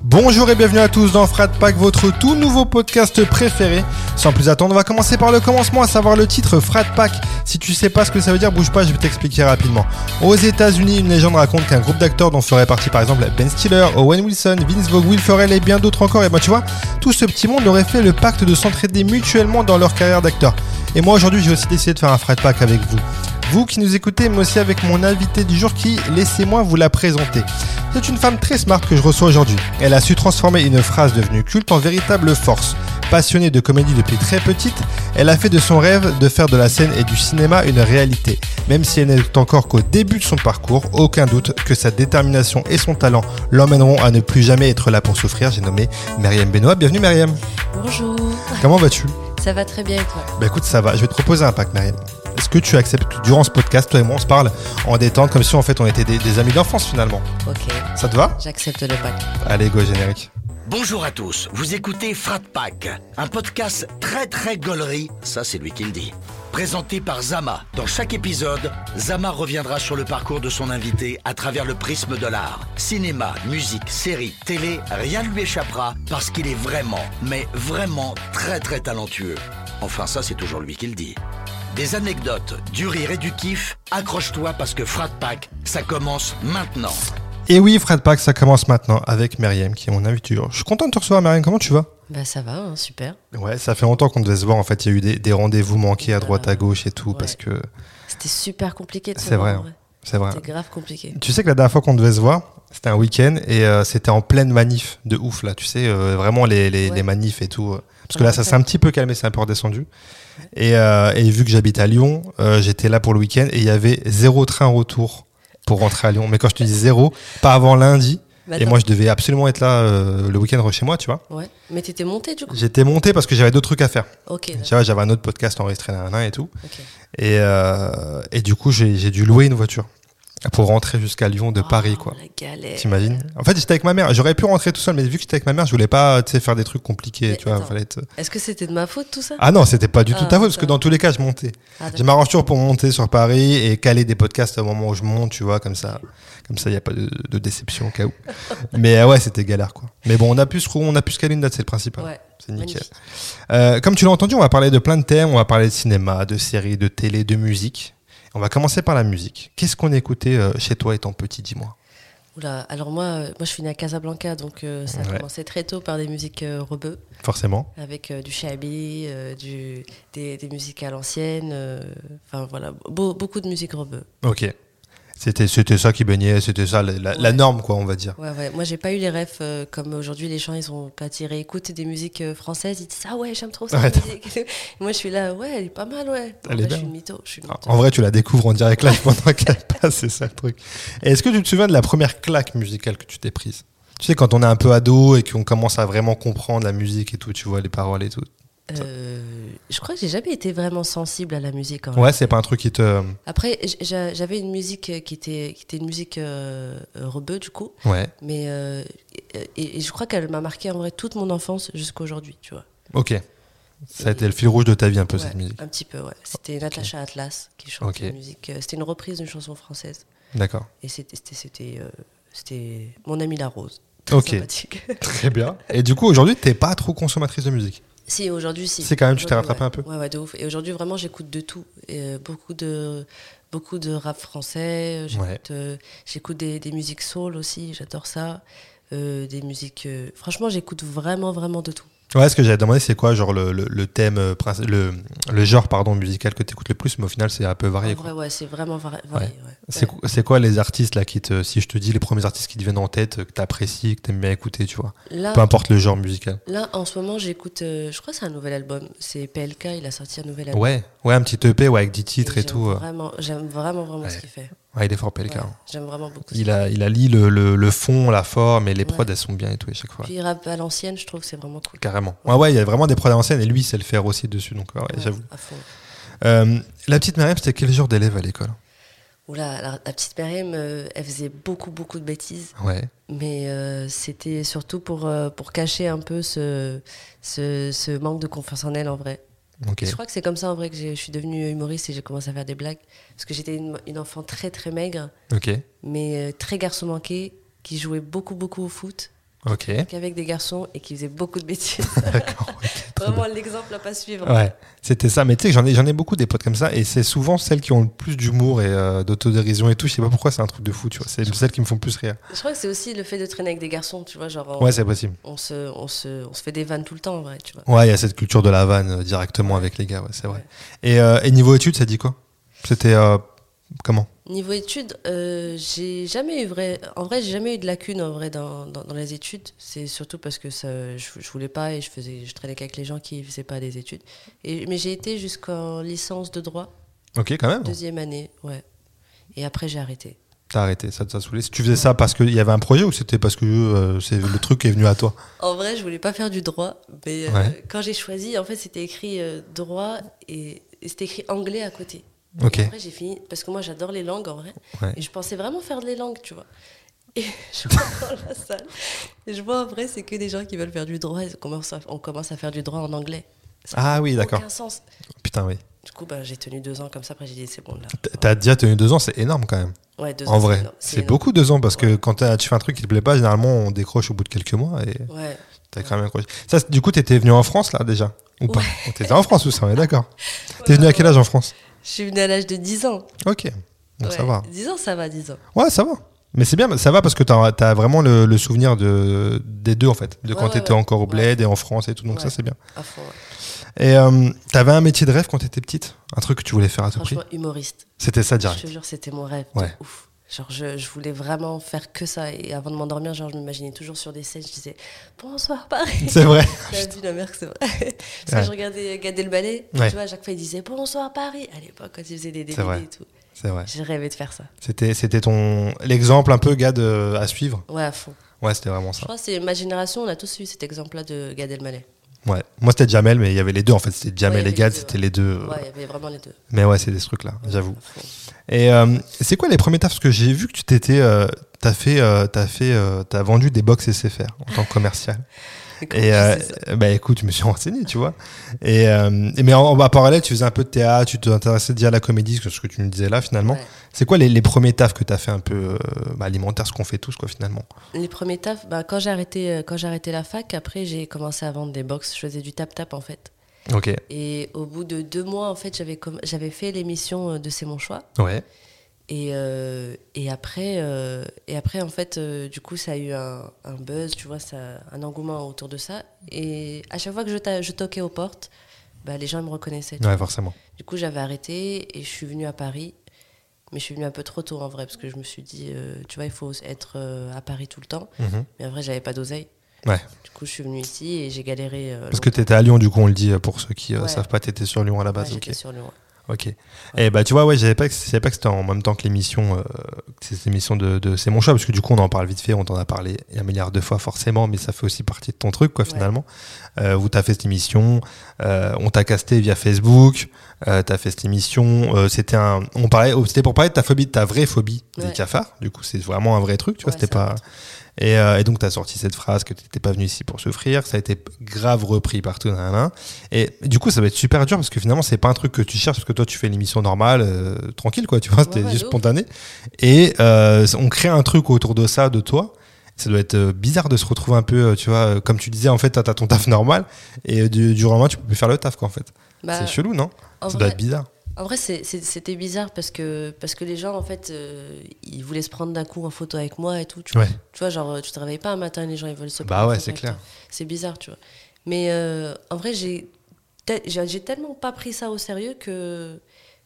Bonjour et bienvenue à tous dans Frat Pack, votre tout nouveau podcast préféré. Sans plus attendre, on va commencer par le commencement, à savoir le titre Frat Pack. Si tu sais pas ce que ça veut dire, bouge pas, je vais t'expliquer rapidement. Aux États-Unis, une légende raconte qu'un groupe d'acteurs dont ferait partie par exemple Ben Stiller, Owen Wilson, Vince Vogue, Will Ferrell et bien d'autres encore, et ben tu vois, tout ce petit monde aurait fait le pacte de s'entraider mutuellement dans leur carrière d'acteur. Et moi aujourd'hui, j'ai aussi décidé de faire un Frat Pack avec vous. Vous qui nous écoutez, mais aussi avec mon invité du jour qui, laissez-moi vous la présenter. C'est une femme très smart que je reçois aujourd'hui. Elle a su transformer une phrase devenue culte en véritable force. Passionnée de comédie depuis très petite, elle a fait de son rêve de faire de la scène et du cinéma une réalité. Même si elle n'est encore qu'au début de son parcours, aucun doute que sa détermination et son talent l'emmèneront à ne plus jamais être là pour souffrir. J'ai nommé Myriam Benoît. Bienvenue Myriam. Bonjour, Comment vas-tu ça va très bien et toi Bah écoute, ça va. Je vais te proposer un pack, Myriam. Est-ce que tu acceptes que durant ce podcast, toi et moi, on se parle en détente comme si en fait on était des, des amis d'enfance finalement Ok, Ça te va j'accepte le pack. Allez, go générique. Bonjour à tous, vous écoutez Frat Pack, un podcast très très gaulerie, ça c'est lui qui le dit. Présenté par Zama. Dans chaque épisode, Zama reviendra sur le parcours de son invité à travers le prisme de l'art. Cinéma, musique, série, télé, rien ne lui échappera parce qu'il est vraiment, mais vraiment très très talentueux. Enfin ça c'est toujours lui qui le dit. Des anecdotes, du rire et du kiff, accroche-toi parce que Frat Pack, ça commence maintenant. Et oui, Fred Pack, ça commence maintenant avec Myriam, qui est mon invitée. Je suis content de te recevoir, Myriam. Comment tu vas Bah ça va, hein, super. Ouais, ça fait longtemps qu'on devait se voir. En fait, il y a eu des, des rendez-vous manqués à droite, à gauche et tout, Ouais. parce que C'était super compliqué de se c'est vrai. voir, hein. ouais. C'est vrai. C'était grave compliqué. Tu sais que la dernière fois qu'on devait se voir, c'était un week-end et euh, c'était en pleine manif de ouf, là. Tu sais, euh, vraiment les, les, Ouais. les manifs et tout. euh. Parce que Ouais, là, ça ouais. s'est un petit peu calmé, c'est un peu redescendu. Et, euh, et vu que j'habite à Lyon, euh, j'étais là pour le week-end et il y avait zéro train retour pour rentrer à Lyon. Mais quand je te dis zéro, pas avant lundi. Bah, Et attends. moi, je devais absolument être là euh, le week-end chez moi, tu vois. Ouais, mais t'étais monté du coup J'étais monté parce que j'avais d'autres trucs à faire. Ok, Tu vois, j'avais un autre podcast enregistré nanana et tout. ok. Et, euh, et du coup, j'ai j'ai dû louer une voiture pour rentrer jusqu'à Lyon de Paris, Oh, quoi. La galère. T'imagines En fait, j'étais avec ma mère. J'aurais pu rentrer tout seul, mais vu que j'étais avec ma mère, je voulais pas tu sais, faire des trucs compliqués. Mais tu vois, attends. fallait être- Est-ce que c'était de ma faute tout ça Ah non, c'était pas du tout Ah, ta faute, parce que putain. dans tous les cas, je montais. Ah, Je m'arrange toujours pour monter sur Paris et caler des podcasts au moment où je monte, tu vois, comme ça. Comme ça, il n'y a pas de, de déception au cas où. Mais euh, ouais, c'était galère, quoi. Mais bon, on a pu se, on a pu se caler une date, c'est le principal. Ouais. C'est nickel. Magnifique. Euh, comme tu l'as entendu, on va parler de plein de thèmes. On va parler de cinéma, de séries, de télé, de musique. On va commencer par la musique. Qu'est-ce qu'on écoutait euh, chez toi étant petit, dis-moi Oula, alors moi, euh, moi je suis née à Casablanca, donc euh, ça a Ouais. commencé très tôt par des musiques euh, rebeu, Forcément. avec euh, du shabby, euh, du, des, des musiques à l'ancienne, euh, enfin voilà, beau- beaucoup de musique rebeu. Ok. C'était, c'était ça qui baignait, c'était ça la, la- la Ouais. norme, quoi, on va dire. Ouais, ouais. Moi, j'ai pas eu les refs euh, comme aujourd'hui. Les gens, ils ont pas tiré écoute des musiques euh, françaises. Ils disent ah ouais, j'aime trop cette Ouais, t'as- musique. Et Moi, je suis là, ouais, elle est pas mal, ouais. Elle En est bien. vrai, je suis Ah, une mytho. Je suis une En- mytho. En vrai, tu la découvres en direct live pendant qu'elle passe, c'est ça le truc. Et Est-ce que tu te souviens de la première claque musicale que tu t'es prise Tu sais, quand on est un peu ado et qu'on commence à vraiment comprendre la musique et tout, tu vois, les paroles et tout. Euh, je crois que j'ai jamais été vraiment sensible à la musique. en vrai. Ouais, c'est pas un truc qui te. Après, j- j'a- j'avais une musique euh, qui était, qui était une musique euh, euh, rebeu du coup, Ouais, mais euh, et- et, et je crois qu'elle m'a marqué en vrai toute mon enfance jusqu'à aujourd'hui, tu vois. ok. Ça a été le fil rouge de ta vie un peu, cette Ouais, musique. Oh, un petit peu, ouais. C'était Natacha Atlas qui chantait Ok. une musique. euh, C'était une reprise d'une chanson française. D'accord. Et c'était- c'était c'était, euh, c'était mon ami la rose. Très Ok. sympathique. Très bien. Et du coup, aujourd'hui, t'es pas trop consommatrice de musique. si aujourd'hui si. C'est quand même, tu t'es Ouais, rattrapé ouais. un peu. Ouais ouais de ouf. Et aujourd'hui vraiment j'écoute de tout, Et, euh, beaucoup de beaucoup de rap français. J'écoute Ouais. euh, j'écoute des, des musiques soul aussi, j'adore ça. Euh, des musiques. euh, Franchement j'écoute vraiment vraiment de tout. Ouais, ce que j'avais demandé, c'est quoi, genre, le, le- le thème, euh, princi- le, le genre, pardon, musical que t'écoutes le plus, mais au final, c'est un peu varié. En quoi. vrai ouais c'est vraiment vari- varié. ouais. C'est Ouais. quoi- c'est quoi les artistes là qui te si je te dis les premiers artistes qui te viennent en tête euh, que t'apprécies que t'aimes bien écouter tu vois Là peu importe le genre musical là en ce moment j'écoute euh, je crois que c'est un nouvel album. C'est PLK il a sorti un nouvel album. ouais ouais un petit EP ouais avec 10 titres Et et j'aime tout euh. Vraiment j'aime vraiment vraiment Ouais. ce qu'il fait. ouais il est fort PLK Ouais, hein. J'aime vraiment beaucoup. ça. il a il a lié le, le, le fond la forme et les prods Ouais. elles sont bien et tout à chaque fois Puis rap à l'ancienne, je trouve que c'est vraiment cool. carrément ouais ouais il y a vraiment des prods à l'ancienne et lui il sait le faire aussi dessus donc ouais, Ouais, j'avoue à fond. Euh, la petite Myriam c'était quel genre d'élève à l'école Oula, la, la petite Myriam, euh, elle faisait beaucoup, beaucoup de bêtises, ouais mais euh, c'était surtout pour, euh, pour cacher un peu ce, ce, ce manque de confiance en elle en vrai. ok Je crois que c'est comme ça en vrai que j'ai- je suis devenue humoriste et j'ai commencé à faire des blagues. Parce que j'étais une, une enfant très, très maigre, ok mais euh, très garçon manqué, qui jouait beaucoup, beaucoup au foot. Ok. qu'avec des garçons et qui faisaient beaucoup de bêtises. D'accord. ok, très Vraiment l'exemple à pas suivre. bien. Ouais, c'était ça. Mais tu sais, que j'en ai, j'en ai beaucoup des potes comme ça, et c'est souvent celles qui ont le plus d'humour et euh, d'autodérision et tout. Je sais pas pourquoi, c'est un truc de fou, tu vois. C'est celles qui me font le plus rire. Je crois que c'est aussi le fait de traîner avec des garçons, tu vois, genre on, Ouais, c'est possible. on se, on, se, on se fait des vannes tout le temps, en vrai, tu vois. Ouais, il y a cette culture de la vanne euh, directement avec les gars, ouais, c'est vrai. Et, euh, et niveau études, ça dit quoi C'était euh, comment Niveau études, euh, j'ai jamais eu vrai. En vrai, j'ai jamais eu de lacunes en vrai dans, dans, dans les études. C'est surtout parce que ça, je, je voulais pas et je faisais, je traînais qu'avec les gens qui faisaient pas des études. Et, mais j'ai été jusqu'en licence de droit, Ok, quand même. deuxième année, ouais. Et après, j'ai arrêté. T'as arrêté, ça t'a saoulé. Tu faisais ça parce qu'il y avait un projet ou c'était parce que euh, c'est le truc qui est venu à toi En vrai, je voulais pas faire du droit, mais euh, Ouais. quand j'ai choisi, en fait, c'était écrit euh, droit et, et c'était écrit anglais à côté. Ok. Et après, j'ai fini, parce que moi, j'adore les langues en vrai. Ouais. Et je pensais vraiment faire de les langues, tu vois. Et je rentre dans la salle. Et je vois, en vrai, c'est que des gens qui veulent faire du droit. et On commence à, on commence à faire du droit en anglais. Ah oui, n'a d'accord. Aucun sens. Putain, oui. Du coup, ben, j'ai tenu deux ans comme ça. Après, j'ai dit, c'est bon, là. T- T'as déjà tenu deux ans, c'est énorme quand même. Ouais, deux En ans, vrai, énorme. c'est énorme. beaucoup deux ans parce que quand t'as- tu fais un truc qui te plaît pas, généralement on décroche au bout de quelques mois et Ouais. t'as quand même accroché. Ça, c'est- du coup, t'étais venu en France là déjà ou pas T'étais en France ou ça, on est d'accord. T'es venu à quel âge en France Je suis venue à l'âge de 10 ans. Ok, donc Ah, ça Ouais. va. 10 ans, ça va, 10 ans. Ouais, ça va. Mais c'est bien, ça va parce que t'as as vraiment le, le souvenir de, des deux en fait, de Ouais, quand ouais, t'étais ouais. encore au bled et en France et tout, donc Ouais. ça c'est bien. À fond, ouais. Et euh, t'avais un métier de rêve quand t'étais petite Un truc que tu voulais faire à tout prix Franchement, humoriste. C'était ça Je direct. te jure, c'était mon rêve. Ouais. de Ouf. Genre, je, je voulais vraiment faire que ça. Et avant de m'endormir, genre, je m'imaginais toujours sur des scènes. Je disais, bonsoir Paris. C'est vrai. T'as vu la mère que c'est vrai. Parce Ah, Ouais. que je regardais euh, Gad Elmaleh. Ouais. Tu vois, à chaque fois, il disait bonsoir Paris. À l'époque, quand il faisait des C'est vrai. DVD et tout. C'est vrai. J'ai rêvé de faire ça. C'était c'était ton l'exemple un peu gars de- à suivre. Ouais, à fond. Ouais, c'était vraiment Je ça. crois que c'est ma génération, on a tous eu cet exemple-là de Gad Elmaleh. Ouais. Moi c'était Jamel, mais il y avait les deux en fait. C'était Ouais, Jamel il y et avait Gad, les deux, c'était les deux. Ouais, il y avait vraiment les deux. Mais ouais, c'est des trucs là, Euh, j'avoue. À fond. Et euh, c'est quoi les premiers tafs Parce que j'ai vu que tu t'étais, euh, t'as fait, euh, t'as fait, euh, t'as vendu des box SFR en tant que commercial. Mais comment tu Et euh, sais ça bah écoute, je me suis renseigné, tu vois. Et, euh, et mais en, en parallèle, tu faisais un peu de théâtre, tu t'intéressais déjà à la comédie, ce que tu nous disais là finalement. Ouais. C'est quoi les, les premiers tafs que t'as fait un peu euh, bah, alimentaire, ce qu'on fait tous quoi finalement Les premiers tafs, bah, quand j'ai arrêté, euh, quand j'ai arrêté la fac, après, j'ai commencé à vendre des box. Je faisais du tap-tap, en fait. Ok. Et au bout de deux mois, en fait, j'avais comm- j'avais fait l'émission euh, de C'est mon choix. Ouais. Et, euh, et, après, euh, et après, en fait, euh, du coup, ça a eu un, un buzz, tu vois, ça, un engouement autour de ça. Et à chaque fois que je, ta- je toquais aux portes, bah, les gens me reconnaissaient. tu Ouais, vois. forcément. Du coup, j'avais arrêté et je suis venue à Paris. Mais je suis venue un peu trop tôt, en vrai, parce que je me suis dit, euh, tu vois, il faut être euh, à Paris tout le temps. Mhm. Mais en vrai, j'avais pas d'oseille. Ouais. Du coup, je suis venue ici et j'ai galéré. euh, Parce que longtemps. t'étais à Lyon, du coup, on le dit euh, pour ceux qui euh, Ouais. savent pas, t'étais sur Lyon à la Ouais, base. ok. j'étais sur Lyon. Ok. Et bah tu vois, ouais, je savais pas que je savais pas que c'était en même temps que l'émission, euh, que cette émission de, de C'est mon choix, parce que du coup on en parle vite fait, on t'en a parlé un milliard de fois forcément, mais ça fait aussi partie de ton truc quoi Ouais. finalement. Euh, où t'as fait cette émission, euh, on t'a casté via Facebook, euh, t'as fait cette émission, euh, c'était un, on parlait, oh, c'était pour parler de ta phobie, de ta vraie phobie des Ouais. cafards. Du coup c'est vraiment un vrai truc, tu vois, Ouais, c'était c'est un pas. Et, euh, et donc t'as sorti cette phrase que t'étais pas venu ici pour souffrir, ça a été grave repris partout, nanana. Et du coup, ça va être super dur parce que finalement, c'est pas un truc que tu cherches parce que toi, tu fais l'émission normale, euh, tranquille, quoi. Tu vois, c'était ouais, juste de ouf. spontané. Et euh, on crée un truc autour de ça, de toi. Ça doit être euh, bizarre de se retrouver un peu, euh, tu vois, euh, comme tu disais, en fait, t'as t'as ton taf normal et euh, du, du jour au lendemain, tu peux plus faire le taf, quoi, en fait. Bah, c'est chelou, non en Ça doit vrai- être bizarre. En vrai, c'est- c'est- c'était bizarre parce que, parce que les gens, en fait, euh, ils voulaient se prendre d'un coup en photo avec moi et tout. Tu, vois. Ouais. Tu vois, genre, tu te réveilles pas un matin et les gens, ils veulent se Bah prendre. en ouais, photo c'est avec clair. toi. C'est bizarre, tu vois. Mais euh, en vrai, j'ai te- j'ai j'ai tellement pas pris ça au sérieux que,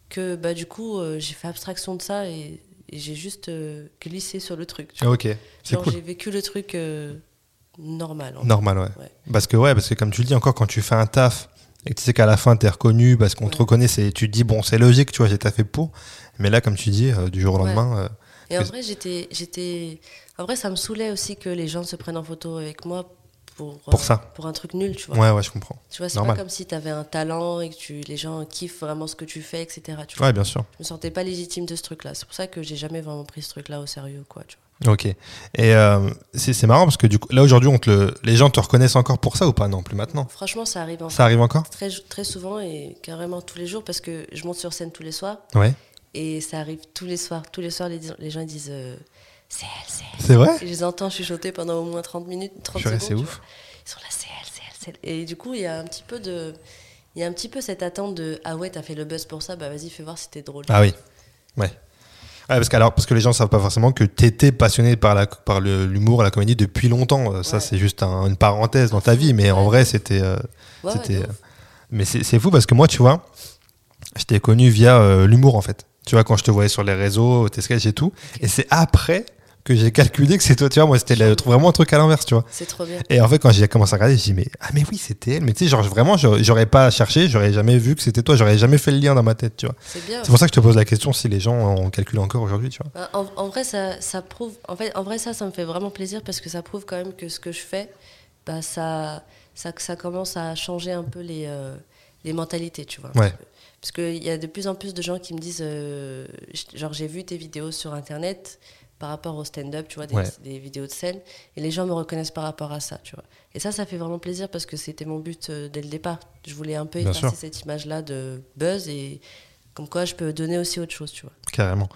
que bah, du coup, euh, j'ai fait abstraction de ça et, et j'ai juste euh, glissé sur le truc. tu Ah, vois. ok, c'est Genre, cool. j'ai vécu le truc euh, normal. en Normal, ouais. Ouais. Parce que ouais, parce que comme tu le dis encore, quand tu fais un taf et que tu sais qu'à la fin t'es reconnu, parce qu'on te Ouais. reconnaît, c'est tu te dis bon, c'est logique, tu vois, j'ai taffé pour. Mais là, comme tu dis, euh, du jour au Ouais. lendemain, euh, Et en Parce- vrai, j'étais, j'étais. En vrai, ça me saoulait aussi que les gens se prennent en photo avec moi pour, euh, Pour ça. pour un truc nul, tu vois. ouais, ouais, je comprends. Tu vois, c'est normal. pas comme si t'avais un talent et que tu, les gens kiffent vraiment ce que tu fais, etc. Tu vois. Ouais, bien sûr. Je me sentais pas légitime de ce truc-là. C'est pour ça que j'ai jamais vraiment pris ce truc-là au sérieux, quoi. Tu vois. Ok. Et euh, c'est c'est marrant parce que du coup, là aujourd'hui, on te le, les gens te reconnaissent encore pour ça ou pas Non, plus maintenant. Franchement, ça arrive en Ça arrive encore très, très souvent et carrément tous les jours parce que je monte sur scène tous les soirs Ouais. et ça arrive tous les soirs. Tous les soirs, les, les gens ils disent. euh, c'est elle, c'est elle. C'est vrai Et je les entends chuchoter pendant au moins 30 minutes, 30 Purée, secondes. C'est tu ouf. Ils sont là, c'est elle, c'est elle, c'est elle. Et du coup, il y a un petit peu de. Il y a un petit peu cette attente de Ah ouais, t'as fait le buzz pour ça, bah vas-y, fais voir si t'es drôle. Ah oui. Ouais. Ouais, parce, que, alors, parce que les gens savent pas forcément que t'étais passionné par, la, par le- l'humour, la comédie depuis longtemps. Euh, Ça, Ouais. c'est juste un- une parenthèse dans ta vie, mais en Ouais. vrai, c'était. euh, Ouais, ouais, c'était, de euh, ouf. mais c'est c'est fou parce que moi, tu vois, je t'ai connu via euh, l'humour, en fait. Tu vois, quand je te voyais sur les réseaux, tes sketchs et tout. Et c'est après que j'ai calculé que c'est toi, tu vois. Moi, c'était le- vraiment un truc à l'inverse, tu vois. C'est trop bien. Et en fait, quand j'ai commencé à regarder, j'ai dit, mais, ah, mais oui, c'était elle. Mais tu sais, genre, vraiment, j'aurais j'aurais pas cherché, j'aurais jamais vu que c'était toi, j'aurais jamais fait le lien dans ma tête, tu vois. C'est bien. C'est pour ça que je te pose la question si les gens en calculent encore aujourd'hui, tu vois. Bah, En, en vrai, ça, ça prouve. En fait, en vrai, ça, ça me fait vraiment plaisir parce que ça prouve quand même que ce que je fais, bah, ça, ça, ça commence à changer un peu les, euh, les mentalités, tu vois. un Ouais. petit peu. Parce qu'il y a de plus en plus de gens qui me disent, euh, j- genre, j'ai vu tes vidéos sur Internet par rapport au stand-up, tu vois, des, Ouais. des vidéos de scène, et les gens me reconnaissent par rapport à ça, tu vois. Et ça, ça fait vraiment plaisir parce que c'était mon but euh, dès le départ. Je voulais un peu Bien effacer sûr. cette image-là de buzz et comme quoi je peux donner aussi autre chose, tu vois. Carrément.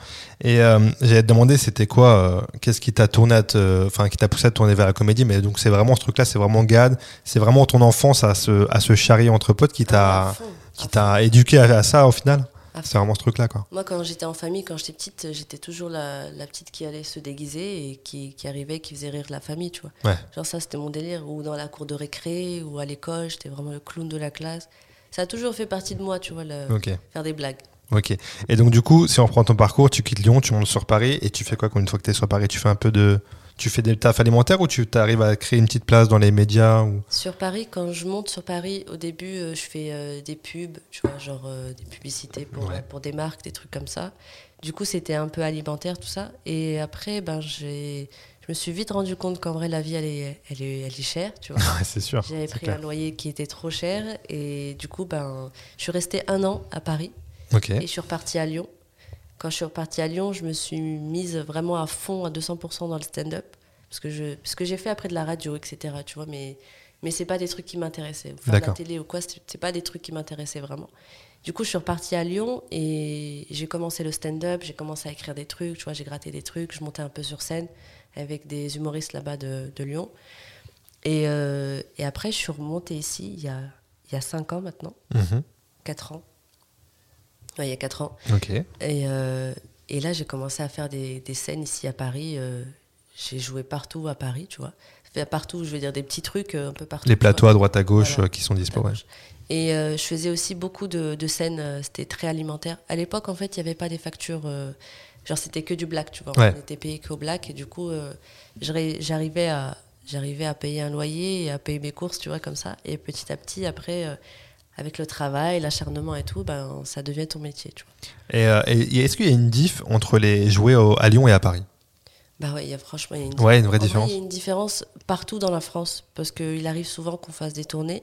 Et euh, j'allais te demander, c'était quoi euh, Qu'est-ce qui t'a tourné à te- enfin, qui t'a poussé à te tourner vers la comédie Mais donc, c'est vraiment ce truc-là, c'est vraiment GAD, c'est vraiment ton enfance à se, à se charrier entre potes qui Ah t'a, À fond, qui à t'a éduqué à, à ça au final. À C'est vraiment ce truc-là, quoi. Moi, quand j'étais en famille, quand j'étais petite, j'étais toujours la, la petite qui allait se déguiser et qui, qui arrivait, qui faisait rire la famille, tu vois. Ouais. Genre ça, c'était mon délire. Ou dans la cour de récré, ou à l'école, j'étais vraiment le clown de la classe. Ça a toujours fait partie de moi, tu vois, le- Ok. faire des blagues. Ok. Et donc, du coup, si on reprend ton parcours, tu quittes Lyon, tu montes sur Paris et tu fais quoi quand une fois que t'es sur Paris Tu fais un peu de. Tu fais des tafs alimentaires ou tu arrives à créer une petite place dans les médias ou... Sur Paris, quand je monte sur Paris, au début, euh, je fais euh, des pubs, tu vois, genre euh, des publicités pour, Ouais. pour des marques, des trucs comme ça. Du coup, c'était un peu alimentaire, tout ça. Et après, ben, j'ai, je me suis vite rendu compte qu'en vrai, la vie, elle est, elle est, elle est chère, tu vois. Ouais, c'est sûr. J'avais c'est pris clair. un loyer qui était trop cher et du coup, ben, je suis restée un an à Paris Ok. et je suis repartie à Lyon. Quand je suis repartie à Lyon, je me suis mise vraiment à fond, à 200% dans le stand-up. Parce que, je, parce que j'ai fait après de la radio, etc. Tu vois, mais, mais c'est pas des trucs qui m'intéressaient. Ou Faire de la D'accord. télé ou quoi, c'est c'est pas des trucs qui m'intéressaient vraiment. Du coup, je suis repartie à Lyon et j'ai commencé le stand-up, j'ai commencé à écrire des trucs, tu vois, j'ai gratté des trucs, je montais un peu sur scène avec des humoristes là-bas de, de Lyon. Et, euh, et après, je suis remontée ici il y a, il y a 5 ans maintenant, Mhm. 4 ans. Ouais, il y a 4 ans. Ok. Et, euh, et là, j'ai commencé à faire des, des scènes ici à Paris. euh, j'ai joué partout à Paris, tu vois. Fait Partout, je veux dire, des petits trucs euh, un peu partout. Les tu vois. plateaux à droite à gauche Voilà. euh, qui sont dispo. ouais. Et euh, je faisais aussi beaucoup de, de scènes, euh, c'était très alimentaire. À l'époque, en fait, il n'y avait pas des factures. euh, genre, c'était que du black, tu vois. Ouais. On était payé qu'au black. Et du coup, euh, j'arri- j'arrivais à, j'arrivais à payer un loyer et à payer mes courses, tu vois, comme ça. Et petit à petit, après, euh, avec le travail, l'acharnement et tout, ben, ça devient ton métier, tu vois. Et, euh, et- et est-ce qu'il y a une diff entre les jouets au- à Lyon et à Paris Bah ouais, il y a, franchement, il y a une Ouais, une vraie En vrai, différence. Il y a une différence partout dans la France parce qu'il arrive souvent qu'on fasse des tournées.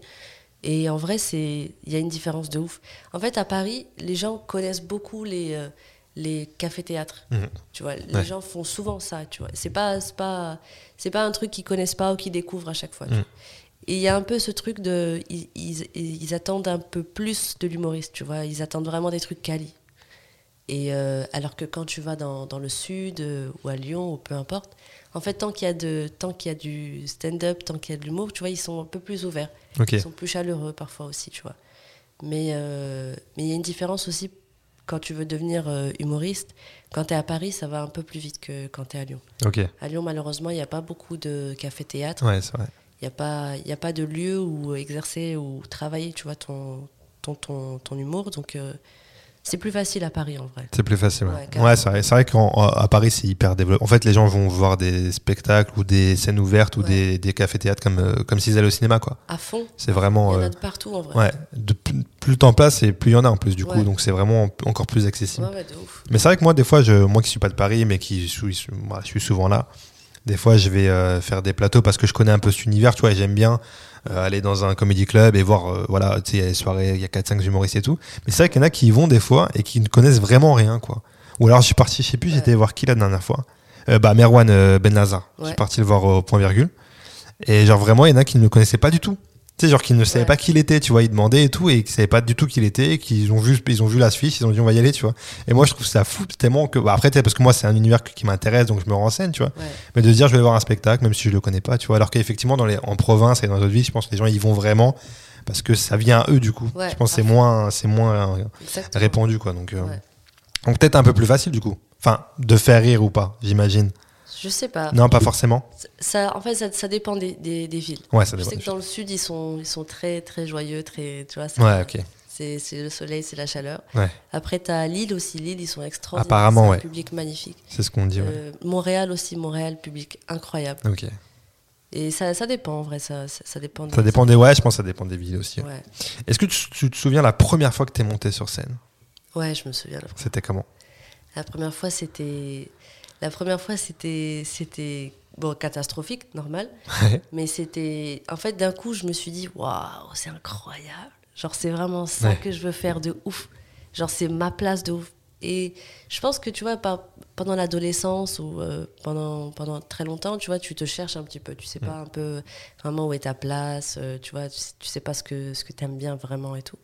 Et en vrai, c'est il y a une différence de ouf. En fait, à Paris, les gens connaissent beaucoup les, euh, les cafés-théâtres. Mhm. Tu vois, les Ouais. gens font souvent ça. Tu vois, c'est pas c'est pas c'est pas un truc qu'ils connaissent pas ou qu'ils découvrent à chaque fois. tu Mhm. vois. Et il y a un peu ce truc de ils, ils- ils attendent un peu plus de l'humoriste. Tu vois, ils attendent vraiment des trucs quali. Et euh, alors que quand tu vas dans, dans le sud euh, ou à Lyon ou peu importe, en fait, tant qu'il y a de, tant qu'il y a du stand-up, tant qu'il y a de l'humour, tu vois, ils sont un peu plus ouverts, Ok. ils sont plus chaleureux parfois aussi, tu vois. Mais euh, mais il y a une différence aussi quand tu veux devenir euh, humoriste. Quand tu es à Paris, ça va un peu plus vite que quand tu es à Lyon. Ok. À Lyon, malheureusement, il n'y a pas beaucoup de café-théâtre. Ouais, c'est vrai. Il n'y a, pas- il y a pas de lieu où exercer ou travailler, tu vois, ton, ton, ton, ton humour. Donc, euh, c'est plus facile à Paris, en vrai. C'est plus facile. Ouais, Ouais, carrément. Ouais, c'est vrai, c'est vrai qu'à Paris, c'est hyper développé. En fait, les gens vont voir des spectacles ou des scènes ouvertes ou Ouais. des, des cafés-théâtres comme, euh, comme s'ils allaient au cinéma, quoi. À fond, C'est il y vraiment. en euh, a de partout, en vrai. ouais. De plus, plus le temps passe et plus il y en a en plus, du coup. Ouais. Donc, c'est vraiment encore plus accessible. Ouais, ouais, de ouf. Mais c'est vrai que moi, des fois, je, moi qui suis pas de Paris, mais qui suis, suis- moi, je suis souvent là, des fois, je vais euh, faire des plateaux parce que je connais un peu cet univers, tu vois, et j'aime bien euh, aller dans un comédie club et voir, euh, voilà, tu sais, il y a les soirées, il y a 4-5 humoristes et tout. Mais c'est vrai qu'il y en a qui y vont des fois et qui ne connaissent vraiment rien, quoi. Ou alors, je suis parti, je sais plus, Ouais. j'étais voir qui la dernière fois Euh, Bah, Merwan euh, Benazar. Je suis Ouais. parti le voir au point virgule. Et genre, vraiment, il y en a qui ne le connaissaient pas du tout. Tu sais, genre qu'ils ne savaient Ouais. pas qui il était, tu vois, ils demandaient et tout, et qu'ils savaient pas du tout qui il était, et qu'ils ont vu, ils ont vu la fiche, ils ont dit on va y aller, tu vois. Et moi, je trouve ça fou, tellement que, bah, après, tu sais, parce que moi, c'est un univers qui m'intéresse, donc je me renseigne, tu vois. Ouais. Mais de se dire je vais voir un spectacle, même si je le connais pas, tu vois. Alors qu'effectivement, dans les, en province et dans d'autres villes, je pense que les gens y vont vraiment parce que ça vient à eux, du coup. Ouais, je pense que c'est parfait. moins, c'est moins euh, Exactement. répandu, quoi. Donc, euh, Ouais. donc peut-être un peu plus facile, du coup. Enfin, de faire rire ou pas, j'imagine. Je sais pas. Non, pas forcément. Ça, en fait, ça, ça dépend des, des- des villes. Ouais, ça Je dépend. sais que dans le sud, ils sont, ils sont très, très joyeux, très, tu vois, ça- Ouais, ok. c'est c'est le soleil, c'est la chaleur. Ouais, Après, tu as Lille aussi. Lille, ils sont extraordinaires. Apparemment, C'est un ouais. public magnifique. c'est ce qu'on dit. Ouais. Euh, Montréal aussi, Montréal, public incroyable. ok. Et ça, ça dépend, en vrai, ça, ça, ça dépend. des- Ça dépend des. Ouais, je pense que ça dépend des villes aussi. hein. Ouais. Est-ce que tu, tu te souviens la première fois que t'es monté sur scène ouais, je me souviens. la- C'était comment La première fois, c'était. La première fois, c'était. C'était. Bon, catastrophique, normal. Ouais. Mais c'était. En fait, d'un coup, je me suis dit, waouh, c'est incroyable. Genre, c'est vraiment ça Ouais. que je veux faire de ouf. Genre, c'est ma place de ouf. Et je pense que, tu vois, par- pendant l'adolescence ou euh, pendant, pendant très longtemps, tu vois, tu te cherches un petit peu. Tu sais pas Mm. un peu vraiment où est ta place. euh, tu vois, tu sais, tu sais pas ce que, ce que t'aimes bien vraiment et tout.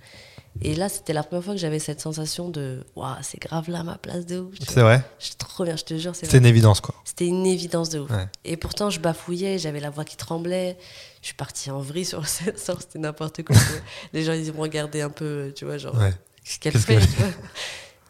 Et là, c'était la première fois que j'avais cette sensation de, waouh, c'est grave là ma place de ouf. tu vois. C'est vrai Je trop bien, je te jure, c'est C'est vrai. une évidence, quoi. C'était une évidence de ouf. Ouais. Et pourtant, je bafouillais, j'avais la voix qui tremblait. Je suis partie en vrille sur scène, genre, c'était n'importe quoi. tu vois. Les gens, ils me regardaient un peu, tu vois, genre, Ouais. qu'est-ce qu'elle Qu'est-ce fait qu'elle tu vois.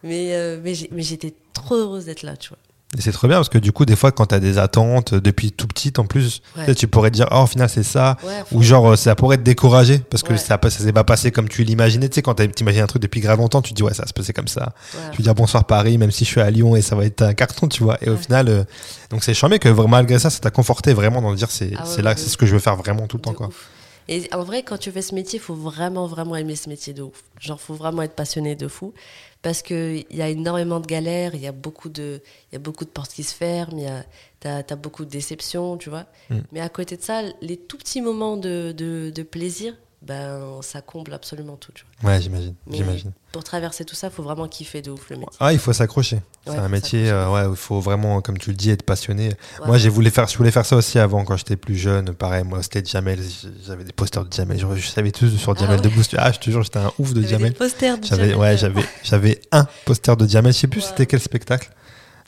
Mais, euh, mais j'ai- mais j'étais trop heureuse d'être là, tu vois. Et c'est trop bien parce que du coup, des fois, quand t'as des attentes euh, depuis tout petit, en plus, Ouais. peut-être tu pourrais te dire, oh, au final, c'est ça. Ouais, Ou genre, euh, ça pourrait te décourager parce que Ouais. ça, pa- ça s'est pas passé comme tu l'imaginais. Tu sais, quand t'as- t'imagines un truc depuis grave longtemps, tu te dis, ouais, ça se passait comme ça. ouais. Je veux dire, bonsoir Paris, même si je suis à Lyon et ça va être un carton, tu vois. Et au Ouais. final, euh, donc c'est charmé que vraiment, malgré ça, ça t'a conforté vraiment dans le dire, c'est Ah ouais, c'est là, ouais, c'est ouais. ce que je veux faire vraiment tout le temps, De quoi. ouf. Et en vrai, quand tu fais ce métier, il faut vraiment, vraiment aimer ce métier de ouf. Genre, faut vraiment être passionné de fou. Parce qu'il y a énormément de galères, il y, a beaucoup de- il y a beaucoup de portes qui se ferment, il y a- t'as as beaucoup de déceptions, tu vois. Mm. Mais à côté de ça, les tout petits moments de, de- de plaisir, ben, ça comble absolument tout, tu vois. Ouais, j'imagine, Mais j'imagine. Pour traverser tout ça, faut vraiment kiffer de ouf le métier. Ah, il faut s'accrocher. c'est Ouais, un faut métier, euh, ouais, où il faut vraiment, comme tu le dis, être passionné. Ouais. Moi, j'ai voulu faire, je voulais faire ça aussi avant, quand j'étais plus jeune. Pareil, moi, c'était Jamel. J'avais des posters de Jamel. Je, je savais tout sur Ah Jamel ouais. de Boost. Ah, je te jure, j'étais un ouf de T'avais Jamel. des posters de J'avais, Jamel. ouais, j'avais, j'avais un poster de Jamel. Je sais plus Wow. c'était quel spectacle.